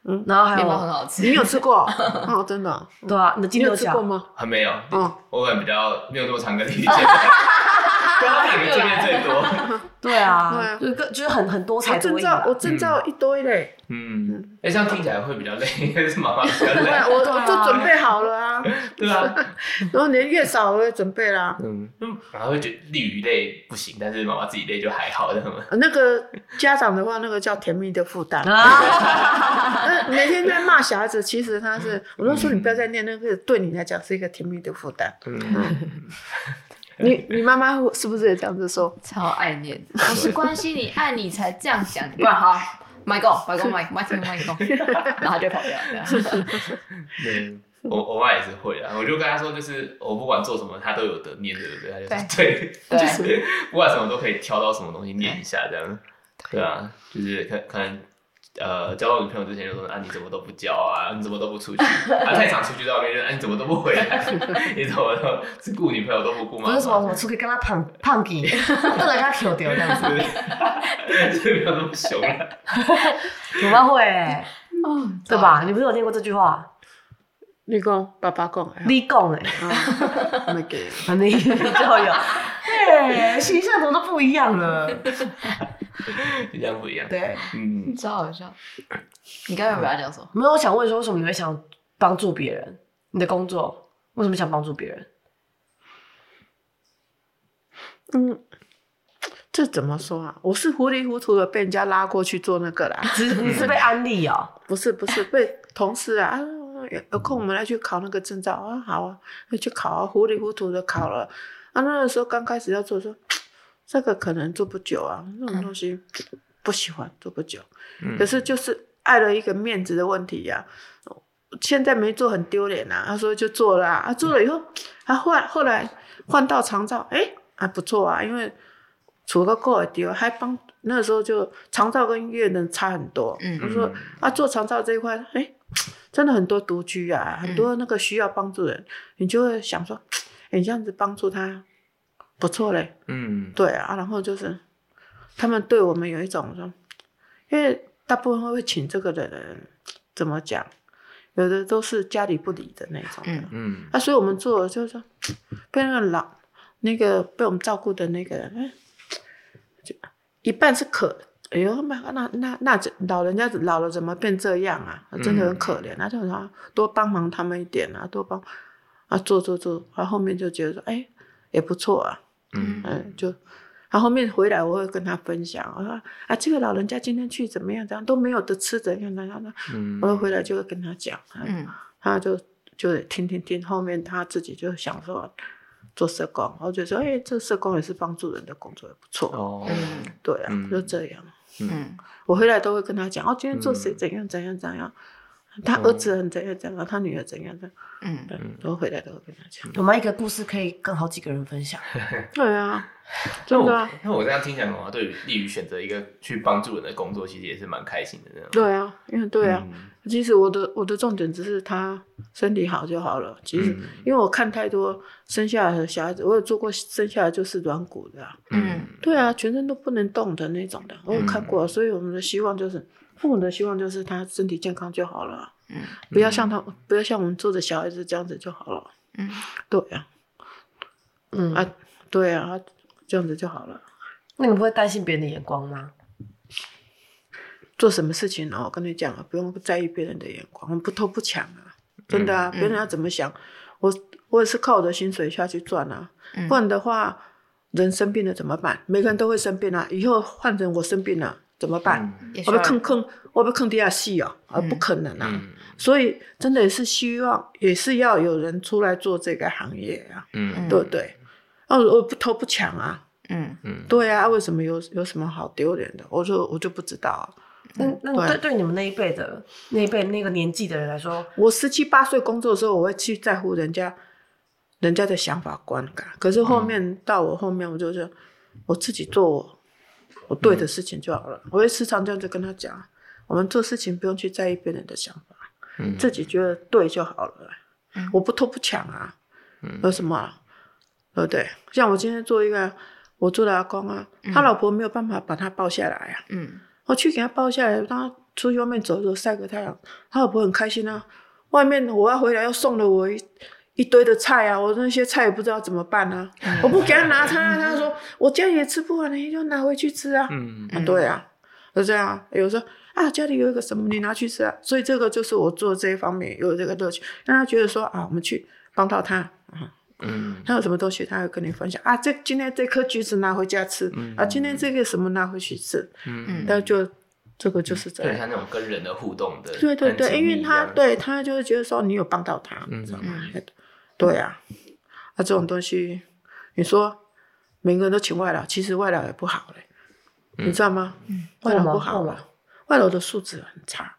[SPEAKER 4] 嗯
[SPEAKER 1] 然后还
[SPEAKER 2] 面包很
[SPEAKER 1] 有
[SPEAKER 2] 好
[SPEAKER 4] 你
[SPEAKER 2] 吃，
[SPEAKER 4] 有吃过？哦，真的哦，
[SPEAKER 1] 对啊，你的
[SPEAKER 4] 你
[SPEAKER 1] 金
[SPEAKER 4] 有
[SPEAKER 1] 牛
[SPEAKER 4] 吃
[SPEAKER 1] 角
[SPEAKER 4] 过吗？
[SPEAKER 3] 还没有，
[SPEAKER 4] 嗯，
[SPEAKER 3] 我可能比较没有那么常跟弟弟见面，跟他两个见面最 [laughs] 多。
[SPEAKER 1] 对啊，
[SPEAKER 4] 对
[SPEAKER 1] 就是各就是很很多
[SPEAKER 4] 我
[SPEAKER 1] 才多
[SPEAKER 4] 证
[SPEAKER 1] 艺
[SPEAKER 4] 照
[SPEAKER 1] 啊。
[SPEAKER 4] 我证照一堆嘞，
[SPEAKER 3] 嗯，哎，这样听起来会比较累，应该是妈妈比较 [laughs]
[SPEAKER 4] 对啊，
[SPEAKER 3] 累，
[SPEAKER 4] 我
[SPEAKER 1] 对啊
[SPEAKER 4] 我就准备好了啊，
[SPEAKER 3] 对啊，
[SPEAKER 4] 然后连月嫂我也准备啊啦。
[SPEAKER 3] 嗯，然后会觉得利于累不行，但是妈妈自己累就还好，这样吗？
[SPEAKER 4] 那个家长的话，那个叫甜蜜的
[SPEAKER 1] [laughs]
[SPEAKER 4] 负担。
[SPEAKER 1] 啊，
[SPEAKER 4] 那每天在骂小孩子，其实他是，我都说你不要再念那个，对你来讲是一个甜蜜的负担。
[SPEAKER 3] 嗯，
[SPEAKER 4] 你你妈妈是不是也这样子说？
[SPEAKER 2] 超爱念，我是关心你，爱你才这样想，不然好。麦公，麦公，麦麦公，麦公，然后她就跑掉了。这样
[SPEAKER 3] [laughs] 对。我我妈也是会啊，我就跟她说，就是我不管做什么，她都有得念，对不对？她就说对，
[SPEAKER 2] 对
[SPEAKER 3] 就是不管什么都可以挑到什么东西念一下，这样，对啊，就是可可能呃交到女朋友之前就说啊你怎么都不交啊，你怎么都不出去，
[SPEAKER 4] [laughs]
[SPEAKER 3] 啊太常出去在外面就啊你怎么都不回来，你怎么都只顾女朋友都不顾妈
[SPEAKER 1] [laughs] 不
[SPEAKER 3] 妈，
[SPEAKER 1] 是什么什么出去跟她胖胖给，不能跟她 Q 掉这样子。 [laughs]
[SPEAKER 3] 对，就是没有那么凶了，
[SPEAKER 1] 我妈会、欸，对吧？你不是有听过这句话？
[SPEAKER 4] 你讲，爸爸 [laughs] 讲，哎呀
[SPEAKER 1] 你讲哎，
[SPEAKER 4] 啊没给。
[SPEAKER 1] 反 [laughs] 正就有，哎、形象怎么都不一样了。
[SPEAKER 3] 这样不一样，
[SPEAKER 1] 对，
[SPEAKER 3] 嗯，
[SPEAKER 2] 超好笑。你刚才不要讲什么？
[SPEAKER 1] 没有，我想问说，为什么你会想帮助别人？你的工作为什么想帮助别人？
[SPEAKER 4] 嗯，这怎么说啊？我是糊里糊涂的被人家拉过去做那个啦，
[SPEAKER 1] 只 [laughs] 你是被安利哦、
[SPEAKER 4] 不是不是被同事啊。啊有有空我们来去考那个证照啊，好啊，那去考啊，糊里糊涂的考了啊。那个时候刚开始要做说，这个可能做不久啊，那种东西不喜欢做不久。
[SPEAKER 3] 嗯
[SPEAKER 4] 可是就是碍了一个面子的问题呀、现在没做很丢脸啊，他说就做了啊，啊做了以后，啊换后来换到长照，哎、还不错啊，因为除了够丢，还帮那时候就长照跟越能差很多。
[SPEAKER 2] 嗯
[SPEAKER 4] 我说啊，做长照这一块，哎、真的很多独居啊，很多那个需要帮助的人，你就会想说，哎你这样子帮助他，不错嘞。
[SPEAKER 3] 嗯
[SPEAKER 4] 对啊，然后就是他们对我们有一种说，因为大部分会请这个的人怎么讲，有的都是家理不理的那种的。
[SPEAKER 2] 嗯
[SPEAKER 3] 嗯，
[SPEAKER 4] 啊，所以我们做的就是说，被那个老那个被我们照顾的那个人，哎就一半是可，哎呦妈，那那那这老人家老了怎么变这样啊？真的很可怜啊！就说多帮忙他们一点啊，多帮啊做做做，然后后面就觉得说，哎，也不错啊，
[SPEAKER 3] 嗯
[SPEAKER 4] 嗯，就。然后后面回来，我会跟他分享，我说啊，这个老人家今天去怎么样，怎样都没有的吃，怎样怎样的，
[SPEAKER 3] 嗯，
[SPEAKER 4] 我就回来就会跟他讲，啊
[SPEAKER 2] 嗯
[SPEAKER 4] 他就就得听听听，后面他自己就想说做社工，我就说，哎、这社工也是帮助人的工作，也不错。
[SPEAKER 3] 哦，
[SPEAKER 2] 嗯
[SPEAKER 4] 对啊，
[SPEAKER 3] 嗯
[SPEAKER 4] 就这样。
[SPEAKER 2] 嗯
[SPEAKER 4] 我回来都会跟他讲，哦，今天做谁
[SPEAKER 3] 嗯
[SPEAKER 4] 怎样怎样怎样，他
[SPEAKER 3] 哦
[SPEAKER 4] 儿子很怎样怎样，他女儿怎样怎样，
[SPEAKER 2] 嗯，
[SPEAKER 4] 对
[SPEAKER 3] 嗯，
[SPEAKER 4] 我回来都会跟他讲。
[SPEAKER 1] 我们一个故事可以跟好几个人分享，
[SPEAKER 4] 对啊，
[SPEAKER 3] 那
[SPEAKER 4] 真
[SPEAKER 3] 我
[SPEAKER 4] 的啊，
[SPEAKER 3] 那我这样听起来的话，对于利于选择一个去帮助人的工作，其实也是蛮开心的这样。
[SPEAKER 4] 对啊，因为对啊，
[SPEAKER 3] 嗯，
[SPEAKER 4] 其实我的我的重点只是他身体好就好了。其实
[SPEAKER 3] 嗯
[SPEAKER 4] 因为我看太多生下来的小孩子，我有做过生下来就是软骨的、啊，
[SPEAKER 2] 嗯
[SPEAKER 4] 对啊，全身都不能动的那种的，我有看过啊、所以我们的希望就是，父母的希望就是他身体健康就好了啊，
[SPEAKER 2] 嗯
[SPEAKER 4] 不要像他，不要像我们做的小孩子这样子就好了。
[SPEAKER 2] 嗯，
[SPEAKER 4] 对啊，
[SPEAKER 1] 嗯
[SPEAKER 4] 啊，对啊，啊这样子就好了。
[SPEAKER 1] 那你不会担心别人的眼光吗？
[SPEAKER 4] 做什么事情哦，我跟你讲啊，不用在意别人的眼光，我们不偷不抢啊，真的啊，
[SPEAKER 2] 嗯
[SPEAKER 4] 别人要怎么想，我我也是靠我的薪水下去赚啊，
[SPEAKER 2] 嗯
[SPEAKER 4] 不然的话，人生病了怎么办？每个人都会生病啊，以后换成我生病了怎么办？
[SPEAKER 3] 嗯
[SPEAKER 2] 也需
[SPEAKER 4] 我被
[SPEAKER 2] 要
[SPEAKER 4] 坑坑，我被坑底下戏哦，啊，不可能啊！
[SPEAKER 3] 嗯
[SPEAKER 4] 所以真的也是希望，也是要有人出来做这个行业啊，
[SPEAKER 3] 嗯
[SPEAKER 4] 对不对？啊，我我不偷不抢啊，
[SPEAKER 2] 嗯
[SPEAKER 3] 嗯，
[SPEAKER 4] 对啊，为什么有有什么好丢脸的？我说我就不知道、啊，
[SPEAKER 1] 那那
[SPEAKER 4] 对
[SPEAKER 1] 对对你们那一辈的那一辈那个年纪的人来说，
[SPEAKER 4] 我十七八岁工作的时候，我会去在乎人家人家的想法观感，可是
[SPEAKER 3] 嗯
[SPEAKER 4] 后面、到我后面，我就是我自己做我我对
[SPEAKER 3] 嗯
[SPEAKER 4] 的事情就好了。我会时常这样子跟他讲，啊我们做事情不用去在意别人的想法。
[SPEAKER 3] 嗯
[SPEAKER 4] 自己觉得对就好了。
[SPEAKER 2] 嗯
[SPEAKER 4] 我不偷不抢啊，
[SPEAKER 3] 嗯
[SPEAKER 4] 有什么、啊？对不对？像我今天做一个，我做的阿公啊，
[SPEAKER 3] 嗯
[SPEAKER 4] 他老婆没有办法把他抱下来啊，
[SPEAKER 2] 嗯
[SPEAKER 4] 我去给他抱下来，让他出去外面走走，晒个太阳，他老婆很开心啊。外面我要回来又送了我一一堆的菜啊，我那些菜也不知道怎么办啊，
[SPEAKER 2] 嗯
[SPEAKER 3] 嗯
[SPEAKER 4] 我不给他拿他，他说我家里也吃不完，你就拿回去吃啊。
[SPEAKER 3] 嗯
[SPEAKER 4] 啊，对啊，就这样啊。有时候啊，家里有一个什么，你拿去吃啊。所以这个就是我做这一方面有这个乐趣，让他觉得说啊，我们去帮到他啊，
[SPEAKER 3] 嗯
[SPEAKER 4] 他有什么东西他会跟你分享啊。这今天这颗橘子拿回家吃
[SPEAKER 3] 嗯
[SPEAKER 4] 啊，今天这个什么拿回去吃，
[SPEAKER 3] 嗯，
[SPEAKER 4] 那就这个就是这
[SPEAKER 3] 就很
[SPEAKER 4] 样。
[SPEAKER 3] 像那种跟人的互动的，
[SPEAKER 4] 对对
[SPEAKER 3] 很紧
[SPEAKER 4] 对，因为
[SPEAKER 3] 密
[SPEAKER 4] 他
[SPEAKER 3] 这样，
[SPEAKER 4] 对他就会觉得说你有帮到他，
[SPEAKER 3] 嗯
[SPEAKER 4] 你知道吗？对啊，啊这种东西，你说每个人都请外劳，其实外劳也不好嘞，你知道吗？嗯外劳不好
[SPEAKER 1] 为什
[SPEAKER 4] 了，外劳的素质很差，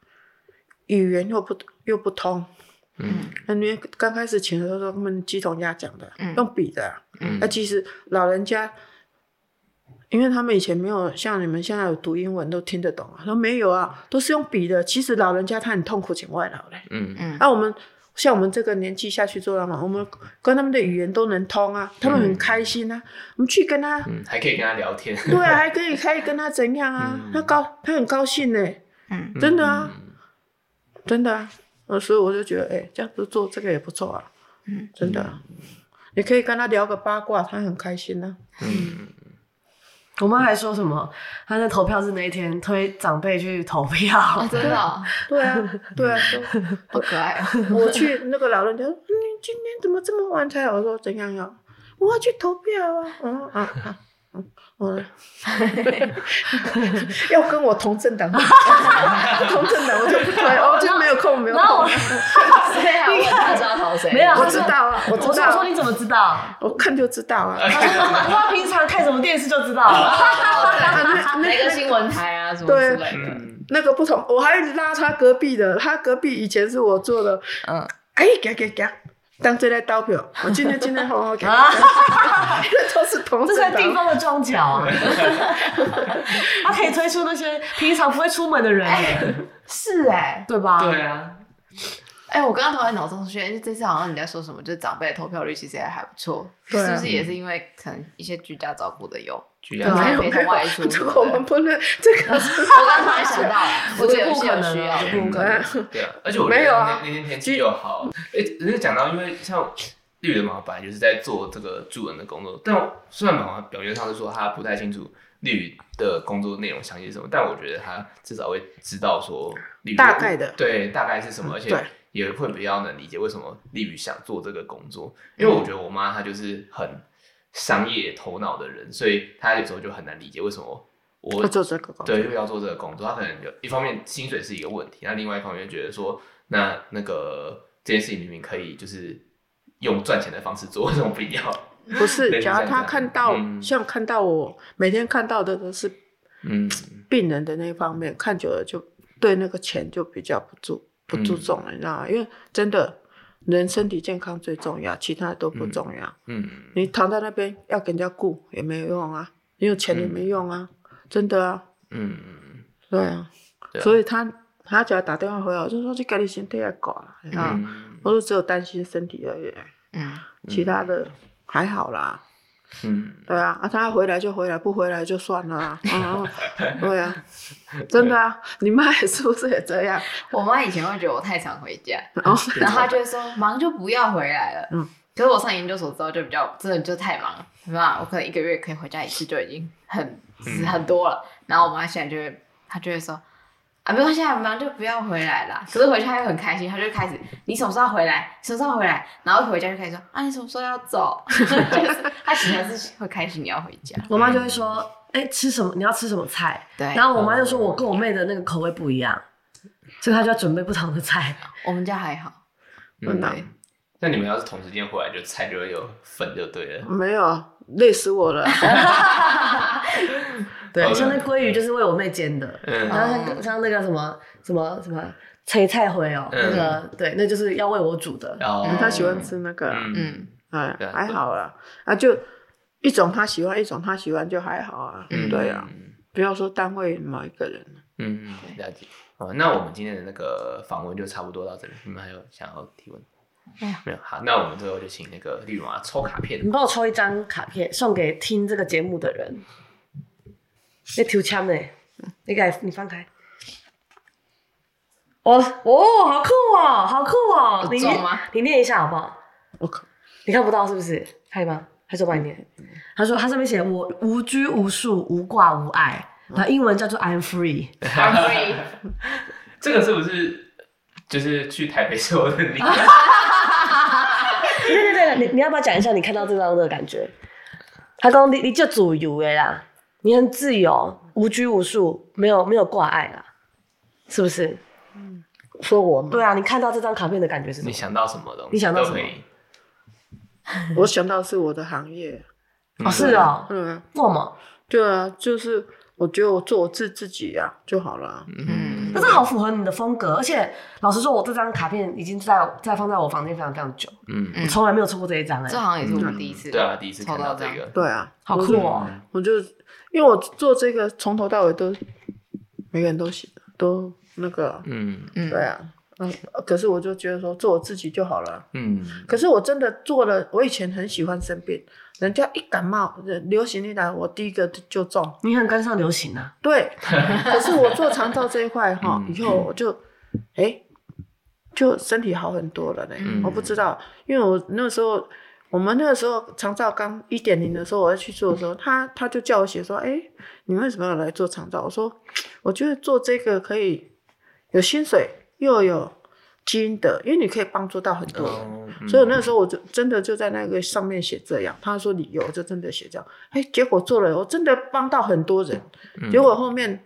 [SPEAKER 4] 语言又不又不通。
[SPEAKER 3] 嗯
[SPEAKER 4] 那你刚开始请的时候，他们鸡同鸭讲的，
[SPEAKER 2] 嗯
[SPEAKER 4] 用笔的啊。
[SPEAKER 3] 嗯
[SPEAKER 4] 那其实老人家，因为他们以前没有像你们现在有读英文都听得懂啊，说没有啊，都是用笔的。其实老人家他很痛苦，请外劳嘞。
[SPEAKER 3] 嗯
[SPEAKER 2] 嗯
[SPEAKER 4] 那、啊我们像我们这个年纪下去做了嘛，我们跟他们的语言都能通啊，他们很开心啊。我们去跟他，
[SPEAKER 3] 嗯，还可以跟他聊天，
[SPEAKER 4] 对啊，还可以可以跟他怎样啊？
[SPEAKER 3] 嗯
[SPEAKER 4] 他高，他很高兴呢、
[SPEAKER 2] 嗯
[SPEAKER 4] 真的啊，真的啊。呃，所以我就觉得，哎、这样子做这个也不错啊。
[SPEAKER 2] 嗯，
[SPEAKER 4] 真的啊、你可以跟他聊个八卦，他很开心啊呢、
[SPEAKER 3] 嗯，
[SPEAKER 1] 我妈还说什么？她在投票日那一天推长辈去投票，
[SPEAKER 2] 哦，真的哦
[SPEAKER 4] 对啊，对啊。说
[SPEAKER 2] 好可爱哦，
[SPEAKER 4] [laughs] 我去那个老人家说，嗯你今天怎么这么晚才来？我说怎样呀、我要去投票啊。嗯啊啊。嗯，我 [laughs] 要跟我同政党， [laughs] 同政党我就不推，我就没有空，没有
[SPEAKER 1] 然后
[SPEAKER 4] 空啊
[SPEAKER 1] 我。
[SPEAKER 2] [laughs] 谁啊？我哪知道投谁？
[SPEAKER 1] 没有
[SPEAKER 4] 我知道啊，
[SPEAKER 1] [laughs]
[SPEAKER 4] 我
[SPEAKER 1] 我
[SPEAKER 4] 知
[SPEAKER 1] 说我
[SPEAKER 4] 道
[SPEAKER 1] 说，你怎么知道？
[SPEAKER 4] 我看就知道
[SPEAKER 1] [laughs]
[SPEAKER 4] 啊。
[SPEAKER 1] 我说她平常看什么电视就知道了。
[SPEAKER 4] 啊那
[SPEAKER 2] 哪
[SPEAKER 4] 那
[SPEAKER 2] 个新闻台啊，什么之类的。
[SPEAKER 3] [laughs] 嗯
[SPEAKER 4] 那个不同，我还拉他隔壁的，他隔壁以前是我做的，
[SPEAKER 2] 嗯，
[SPEAKER 4] 哎，给给给，当这来刀票，我今天今天好好
[SPEAKER 1] [laughs]
[SPEAKER 4] 给，[laughs]
[SPEAKER 1] 啊，
[SPEAKER 4] 这都是同
[SPEAKER 1] [laughs] 这
[SPEAKER 4] 事
[SPEAKER 1] 是
[SPEAKER 4] 的
[SPEAKER 1] 地方的庄脚啊！ [laughs] 她可以推出那些平常不会出门的人，
[SPEAKER 2] 是哎，
[SPEAKER 1] 对吧？
[SPEAKER 3] 对啊，
[SPEAKER 2] 哎、我刚刚突然脑中出现，哎这次好像你在说什么，就是长辈的投票率其实也还不错，
[SPEAKER 4] 对啊
[SPEAKER 2] 是不是也是因为可能一些居家照顾的 [laughs] 有？
[SPEAKER 3] 居
[SPEAKER 1] 对
[SPEAKER 3] 家
[SPEAKER 1] 啊
[SPEAKER 2] 才
[SPEAKER 4] 没有
[SPEAKER 2] 没
[SPEAKER 4] 没
[SPEAKER 2] 有外出
[SPEAKER 4] 有，这个我们不能，这个是
[SPEAKER 2] 我刚刚突然想到，
[SPEAKER 1] 我
[SPEAKER 2] 我觉
[SPEAKER 1] 觉得
[SPEAKER 2] 得有
[SPEAKER 1] 不
[SPEAKER 2] 些
[SPEAKER 1] 可
[SPEAKER 2] 有
[SPEAKER 1] 能
[SPEAKER 2] 需
[SPEAKER 1] 啊
[SPEAKER 2] 要，
[SPEAKER 1] 不可能。
[SPEAKER 3] 嗯对啊，而且我觉
[SPEAKER 4] 嗯没
[SPEAKER 3] 得
[SPEAKER 4] 有啊
[SPEAKER 3] 那那天天气又好。哎，只是讲到，因为像绿的嘛，本来就是在做这个助人的工作，但我虽然妈妈表面上是说她不太清楚绿的工作内容详细是什么，但我觉得她至少会知道说绿
[SPEAKER 4] 大概的嗯
[SPEAKER 3] 对大概是什么，而且
[SPEAKER 4] 对
[SPEAKER 3] 也会比较能理解为什么丽宇想做这个工作，因
[SPEAKER 4] 嗯
[SPEAKER 3] 为我觉得我妈她就是很商业头脑的人，所以她有时候就很难理解为什么我
[SPEAKER 4] 我做这个工作，
[SPEAKER 3] 对，就要做这个工作，他可能有一方面薪水是一个问题，那另外一方面觉得说，那那个这件事情明明可以就是用赚钱的方式做，为什么不要？
[SPEAKER 4] 不
[SPEAKER 3] 类
[SPEAKER 4] 是，
[SPEAKER 3] 似
[SPEAKER 4] 只要
[SPEAKER 3] 像这
[SPEAKER 4] 他
[SPEAKER 3] 样
[SPEAKER 4] 看到，
[SPEAKER 3] 嗯
[SPEAKER 4] 像看到我每天看到的都是
[SPEAKER 3] 嗯，
[SPEAKER 4] 病人的那一方面，看久了就对那个钱就比较不注不注重
[SPEAKER 3] 嗯
[SPEAKER 4] 了，你知道吗？因为真的人身体健康最重要，其他的都不重要。
[SPEAKER 3] 嗯，
[SPEAKER 4] 你躺在那边要给人家顾也没有用啊，你有钱也没用啊，真的啊，
[SPEAKER 3] 嗯，
[SPEAKER 4] 对啊。
[SPEAKER 3] 对啊
[SPEAKER 4] 所以他他只要打电话回来，我就说你家里身体要搞啊，你知道吗？
[SPEAKER 3] 嗯，
[SPEAKER 4] 我就只有担心身体而已，
[SPEAKER 2] 嗯，
[SPEAKER 4] 其他的还好啦。
[SPEAKER 3] 嗯，
[SPEAKER 4] 对啊，啊，他回来就回来，不回来就算了啊。
[SPEAKER 3] [laughs]
[SPEAKER 4] 嗯，嗯对啊，真的啊，你妈也是不是也这样？
[SPEAKER 2] [laughs] 我妈以前会觉得我太常回家，
[SPEAKER 4] 哦，
[SPEAKER 2] 然后她就会说忙就不要回来了。
[SPEAKER 4] 嗯
[SPEAKER 2] 可是我上研究所之后就比较真的就太忙了，没办法，我可能一个月可以回家一次就已经很
[SPEAKER 3] 嗯
[SPEAKER 2] 很多了。然后我妈现在就会，她就会说。啊，没关系啊，忙就不要回来啦。可是回去她又很开心，她就开始你什么时候要回来，什么时候要回来，然后回家就开始说啊，你什么时候要走？ [laughs] 就是她其实还是会开心你要回家。
[SPEAKER 1] 我妈就会说：“哎、吃什么？你要吃什么菜？”
[SPEAKER 2] 对，
[SPEAKER 1] 然后我妈就说：“我跟我妹的那个口味不一样，所以她就要准备不同的菜。
[SPEAKER 2] 我们家还好，
[SPEAKER 3] [laughs] 嗯
[SPEAKER 4] 真的啊
[SPEAKER 2] 对
[SPEAKER 3] 那你们要是同时间回来，就菜就会有份就对了。
[SPEAKER 4] 没有，累死我了。
[SPEAKER 1] 对，
[SPEAKER 3] 哦
[SPEAKER 1] 像那鲑鱼就是为我妹煎的，
[SPEAKER 3] 嗯
[SPEAKER 1] 然后
[SPEAKER 2] 哦
[SPEAKER 1] 像像那个什么什么什么菜菜回哦，
[SPEAKER 3] 嗯
[SPEAKER 1] 那个对，那就是要为我煮的。
[SPEAKER 3] 哦，
[SPEAKER 4] 嗯他喜欢吃那个，
[SPEAKER 3] 嗯，
[SPEAKER 2] 嗯
[SPEAKER 4] 哎
[SPEAKER 3] 对，啊
[SPEAKER 4] 还好啦。啊，就一种他喜欢，一种他喜欢就还好啊。
[SPEAKER 2] 嗯
[SPEAKER 4] 对啊，，不要说单位某一个人。
[SPEAKER 3] 嗯，了解。哦，那我们今天的那个访问就差不多到这里，你们还有想要提问？
[SPEAKER 2] 没有
[SPEAKER 3] 没有，好，那我们最后就请那个绿娃抽卡片
[SPEAKER 1] 你。帮我抽一张卡片送给听这个节目的人。那抽签呢？你给你翻开。哦哦，好酷哦，好酷哦！你
[SPEAKER 2] 中吗
[SPEAKER 1] 你念一下好不好？
[SPEAKER 4] 我靠，
[SPEAKER 1] 你看不到是不是？可以吗？还是我帮你念？他说他上面写我无拘无束、无挂无碍，那英文叫做 I'm free。
[SPEAKER 2] ，I'm free。
[SPEAKER 3] 这个是不是就是去台北时候的你？
[SPEAKER 4] 啊
[SPEAKER 1] 对对对，你你要不要讲一下你看到这张的感觉？他讲你你就自由的啦，你很自由，无拘无束，没有没有挂碍啦，是不是？
[SPEAKER 4] 说我嘛，
[SPEAKER 1] 对啊，你看到这张卡片的感觉是什
[SPEAKER 3] [laughs] 你
[SPEAKER 1] 么？
[SPEAKER 3] 想到什么东西？
[SPEAKER 1] 你想到
[SPEAKER 3] 都可以
[SPEAKER 4] 我想到是我的行业。
[SPEAKER 1] 哦，是哦，
[SPEAKER 4] 嗯啊，
[SPEAKER 1] 做么？
[SPEAKER 4] 对啊，就是我觉得我做我自自己啊就好了啊。
[SPEAKER 3] 嗯，
[SPEAKER 1] 但是好符合你的风格，而且老实说，我这张卡片已经在在放在我房间非常非常久，
[SPEAKER 3] 嗯，
[SPEAKER 1] 我从来没有抽过这一张哎、
[SPEAKER 2] 这好像也是我
[SPEAKER 4] 嗯
[SPEAKER 2] 们第一次，
[SPEAKER 3] 对啊，第一次看到这
[SPEAKER 2] 抽到
[SPEAKER 3] 个，
[SPEAKER 4] 对啊，
[SPEAKER 1] 好
[SPEAKER 4] 我
[SPEAKER 1] 酷
[SPEAKER 4] 就
[SPEAKER 1] 哦！
[SPEAKER 4] 我就因为我做这个从头到尾都每个人都写都那个，
[SPEAKER 3] 嗯
[SPEAKER 2] 嗯
[SPEAKER 4] 对啊，嗯，可是我就觉得说做我自己就好了。
[SPEAKER 3] 嗯
[SPEAKER 4] 可是我真的做了，我以前很喜欢生病，人家一感冒，人流行一来，我第一个就中。
[SPEAKER 1] 你很跟上流行啊，
[SPEAKER 4] 对，可是我做肠道这一块哈，
[SPEAKER 3] 嗯
[SPEAKER 4] 以后我就，哎，就身体好很多了呢。
[SPEAKER 3] 嗯
[SPEAKER 4] 我不知道，因为我那时候，我们那个时候肠道刚一点零的时候，我要去做的时候，他他就叫我写说，哎，你为什么要来做肠道？我说，我觉得做这个可以有薪水，又有基因的，因为你可以帮助到很多人。
[SPEAKER 3] 嗯
[SPEAKER 4] 所以我那时候我就真的就在那个上面写这样，他说理由我就真的写这样，哎，结果做了，我真的帮到很多人。
[SPEAKER 3] 嗯
[SPEAKER 4] 结果后面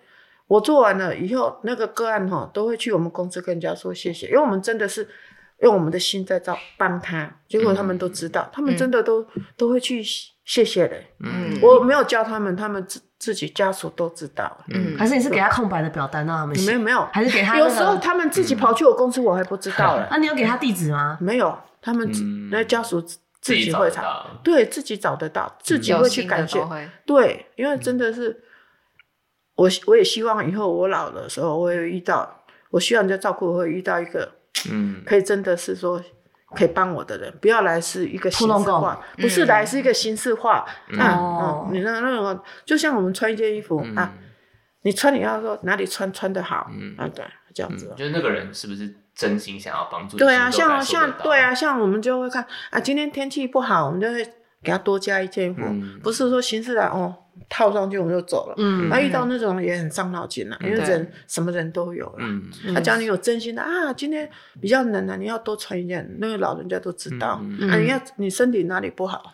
[SPEAKER 4] 我做完了以后，那个个案哈、都会去我们公司跟人家说谢谢，因为我们真的是用我们的心在照帮他，结果他们都知道，他们真的都、都会去谢谢人。
[SPEAKER 2] 嗯
[SPEAKER 4] 我没有教他们，他们自自己家属都知道。
[SPEAKER 2] 嗯
[SPEAKER 1] 还是你是给他空白的表单让他们
[SPEAKER 4] 没
[SPEAKER 1] 写
[SPEAKER 4] 有？没有，
[SPEAKER 1] 还是给他、那
[SPEAKER 4] 有
[SPEAKER 1] 个
[SPEAKER 4] 时候他们自己跑去我公司，我还不知道了。
[SPEAKER 1] 啊，你有给他地址吗？
[SPEAKER 4] 没有，他们自
[SPEAKER 3] 嗯
[SPEAKER 4] 那家属自自己
[SPEAKER 3] 找
[SPEAKER 4] 会
[SPEAKER 3] 得
[SPEAKER 4] 查。
[SPEAKER 3] 到，
[SPEAKER 4] 对自己找得到，自己
[SPEAKER 2] 有
[SPEAKER 4] 会去
[SPEAKER 2] 心的
[SPEAKER 4] 感觉
[SPEAKER 2] 都。会
[SPEAKER 4] 对，因为
[SPEAKER 3] 嗯
[SPEAKER 4] 真的是，我我也希望以后我老的时候，我也遇到，我希望在照顾我会遇到一个
[SPEAKER 3] 嗯，
[SPEAKER 4] 可以真的是说可以帮我的人，不要来是一个形
[SPEAKER 1] 糊
[SPEAKER 4] 式
[SPEAKER 1] 弄
[SPEAKER 4] 化
[SPEAKER 1] 狗，
[SPEAKER 4] 不是
[SPEAKER 2] 嗯
[SPEAKER 4] 来是一个形式化。啊，
[SPEAKER 1] 哦
[SPEAKER 4] 嗯，你那那种就像我们穿一件衣服
[SPEAKER 3] 嗯
[SPEAKER 4] 啊，你穿你要说哪里穿穿的好
[SPEAKER 3] 嗯
[SPEAKER 4] 啊，对，这样
[SPEAKER 3] 嗯
[SPEAKER 4] 子哦。
[SPEAKER 3] 就是那个人是不是真心想要帮助你？
[SPEAKER 4] 对啊，
[SPEAKER 3] 其实都
[SPEAKER 4] 像
[SPEAKER 3] 感受得
[SPEAKER 4] 像
[SPEAKER 3] 到
[SPEAKER 4] 对啊，，像我们就会看啊，今天天气不好，我们就会给他多加一件衣服，
[SPEAKER 3] 嗯
[SPEAKER 4] 不是说形式啊，哦，套上去我们就走了。
[SPEAKER 1] 嗯
[SPEAKER 4] 啊那、遇到那种也很伤脑筋啊，因为
[SPEAKER 2] 对
[SPEAKER 4] 人什么人都有啦。
[SPEAKER 3] 嗯，
[SPEAKER 4] 他讲你有真心的啊，今天比较冷啊，你要多穿一件，那个老人家都知道。
[SPEAKER 3] 嗯
[SPEAKER 1] 嗯
[SPEAKER 4] 啊，你要你身体哪里不好？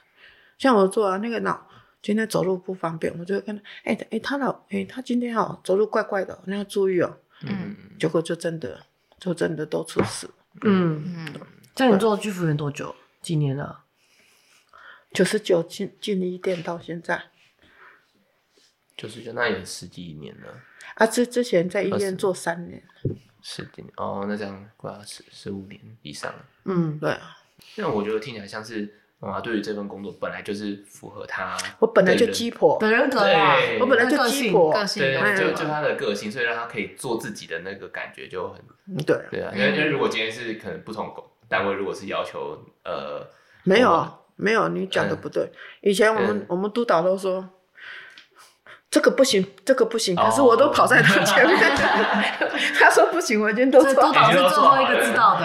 [SPEAKER 4] 像我做啊，那个脑今天走路不方便，我就会跟他，哎、哎、他老哎、他今天哦走路怪怪的，你要注意哦。
[SPEAKER 2] 嗯
[SPEAKER 3] 嗯
[SPEAKER 4] 结果就真的就真的都出事。
[SPEAKER 1] 嗯，
[SPEAKER 2] 嗯，
[SPEAKER 1] 像你做居服员多久？几年了？
[SPEAKER 4] 九十九进进一店到现在
[SPEAKER 3] 就是就那也十几年了，
[SPEAKER 4] 啊，之之前在医
[SPEAKER 3] 二十
[SPEAKER 4] 院做三年，
[SPEAKER 3] 十几年哦，那这样快要十十五年以上了。
[SPEAKER 1] 嗯，
[SPEAKER 4] 对啊，
[SPEAKER 3] 那我觉得听起来像是妈妈对于这份工作本来就是符合她的人，
[SPEAKER 4] 我本来就鸡婆，
[SPEAKER 1] 的人格啦，
[SPEAKER 3] 对
[SPEAKER 4] 我本来就
[SPEAKER 1] 个
[SPEAKER 4] 鸡
[SPEAKER 1] 性
[SPEAKER 4] 婆，
[SPEAKER 2] 个性
[SPEAKER 3] 对，
[SPEAKER 2] 有
[SPEAKER 4] 哎
[SPEAKER 3] 就
[SPEAKER 2] 什
[SPEAKER 3] 就
[SPEAKER 2] 么
[SPEAKER 3] 她的个性，所以让她可以做自己的那个感觉就很
[SPEAKER 4] 嗯对啊，
[SPEAKER 3] 对啊。因为因为如果今天是可能不同公单位，如果是要求呃
[SPEAKER 4] 没
[SPEAKER 3] 我
[SPEAKER 1] 哦
[SPEAKER 4] 有没有，你讲的不
[SPEAKER 1] 哎
[SPEAKER 4] 对。以前我们
[SPEAKER 3] 嗯
[SPEAKER 4] 我们督导都说。这个不行，这个不行，
[SPEAKER 3] 哦
[SPEAKER 4] 可是我都跑在他前面。 [laughs] 他说不行，我已经都
[SPEAKER 1] 哦这
[SPEAKER 4] 做
[SPEAKER 1] 督
[SPEAKER 4] 好
[SPEAKER 1] 导
[SPEAKER 4] 了。
[SPEAKER 1] 是最后一个知道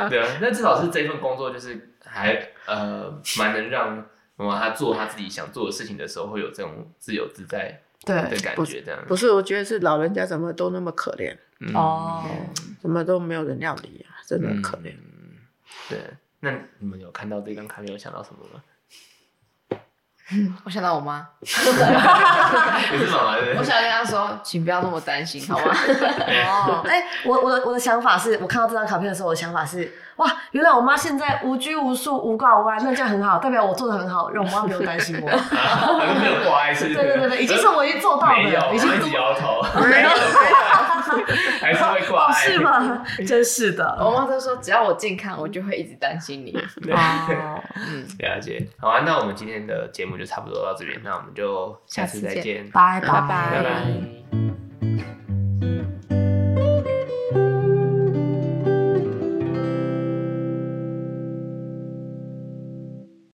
[SPEAKER 1] 的，
[SPEAKER 3] 对啊，那至少是这份工作，就是还呃蛮能让妈妈她做她自己想做的事情的时候，会有这种自由自在的
[SPEAKER 1] 对，
[SPEAKER 3] 感
[SPEAKER 4] 不
[SPEAKER 3] 觉，这样
[SPEAKER 4] 不是，我觉得是老人家怎么都那么可怜，
[SPEAKER 3] 嗯
[SPEAKER 1] 哦，
[SPEAKER 4] 怎么都没有人要理啊，真的很可怜。
[SPEAKER 3] 嗯对，那你们有看到这张卡片有想到什么
[SPEAKER 4] [laughs]
[SPEAKER 3] 吗？
[SPEAKER 2] 我想到我妈，
[SPEAKER 3] 也是妈妈对
[SPEAKER 2] 我想跟她说，请不要那么担心，好
[SPEAKER 3] [laughs]
[SPEAKER 2] 吗？
[SPEAKER 1] 哦，哎、我我的我的想法是我看到这张卡片的时候，我的想法是，哇，原来我妈现在无拘无束、无挂无碍，那这样很好，代表我做的很好，让我妈不用担心我。
[SPEAKER 3] 好像没有乖是
[SPEAKER 1] [laughs]
[SPEAKER 3] 不
[SPEAKER 1] 对
[SPEAKER 3] 是？
[SPEAKER 1] 对 [laughs] 对对，已经是我已经做到
[SPEAKER 3] 没有，
[SPEAKER 1] 了，已经
[SPEAKER 3] 我一
[SPEAKER 1] 做
[SPEAKER 3] 直摇头，
[SPEAKER 4] 没有，
[SPEAKER 3] 还是会乖，
[SPEAKER 1] 哦，是？ [laughs] 吗？真是的，
[SPEAKER 2] 我妈都说，只要我健康，我就会一直担心你。
[SPEAKER 3] 对，
[SPEAKER 1] 哦，
[SPEAKER 3] 了解。好啊，那我们今天的节目就差不多到这边，那我们就下次
[SPEAKER 2] 下次
[SPEAKER 3] 再
[SPEAKER 2] 见
[SPEAKER 3] 见，
[SPEAKER 1] 拜
[SPEAKER 2] 拜
[SPEAKER 1] 拜
[SPEAKER 3] 拜拜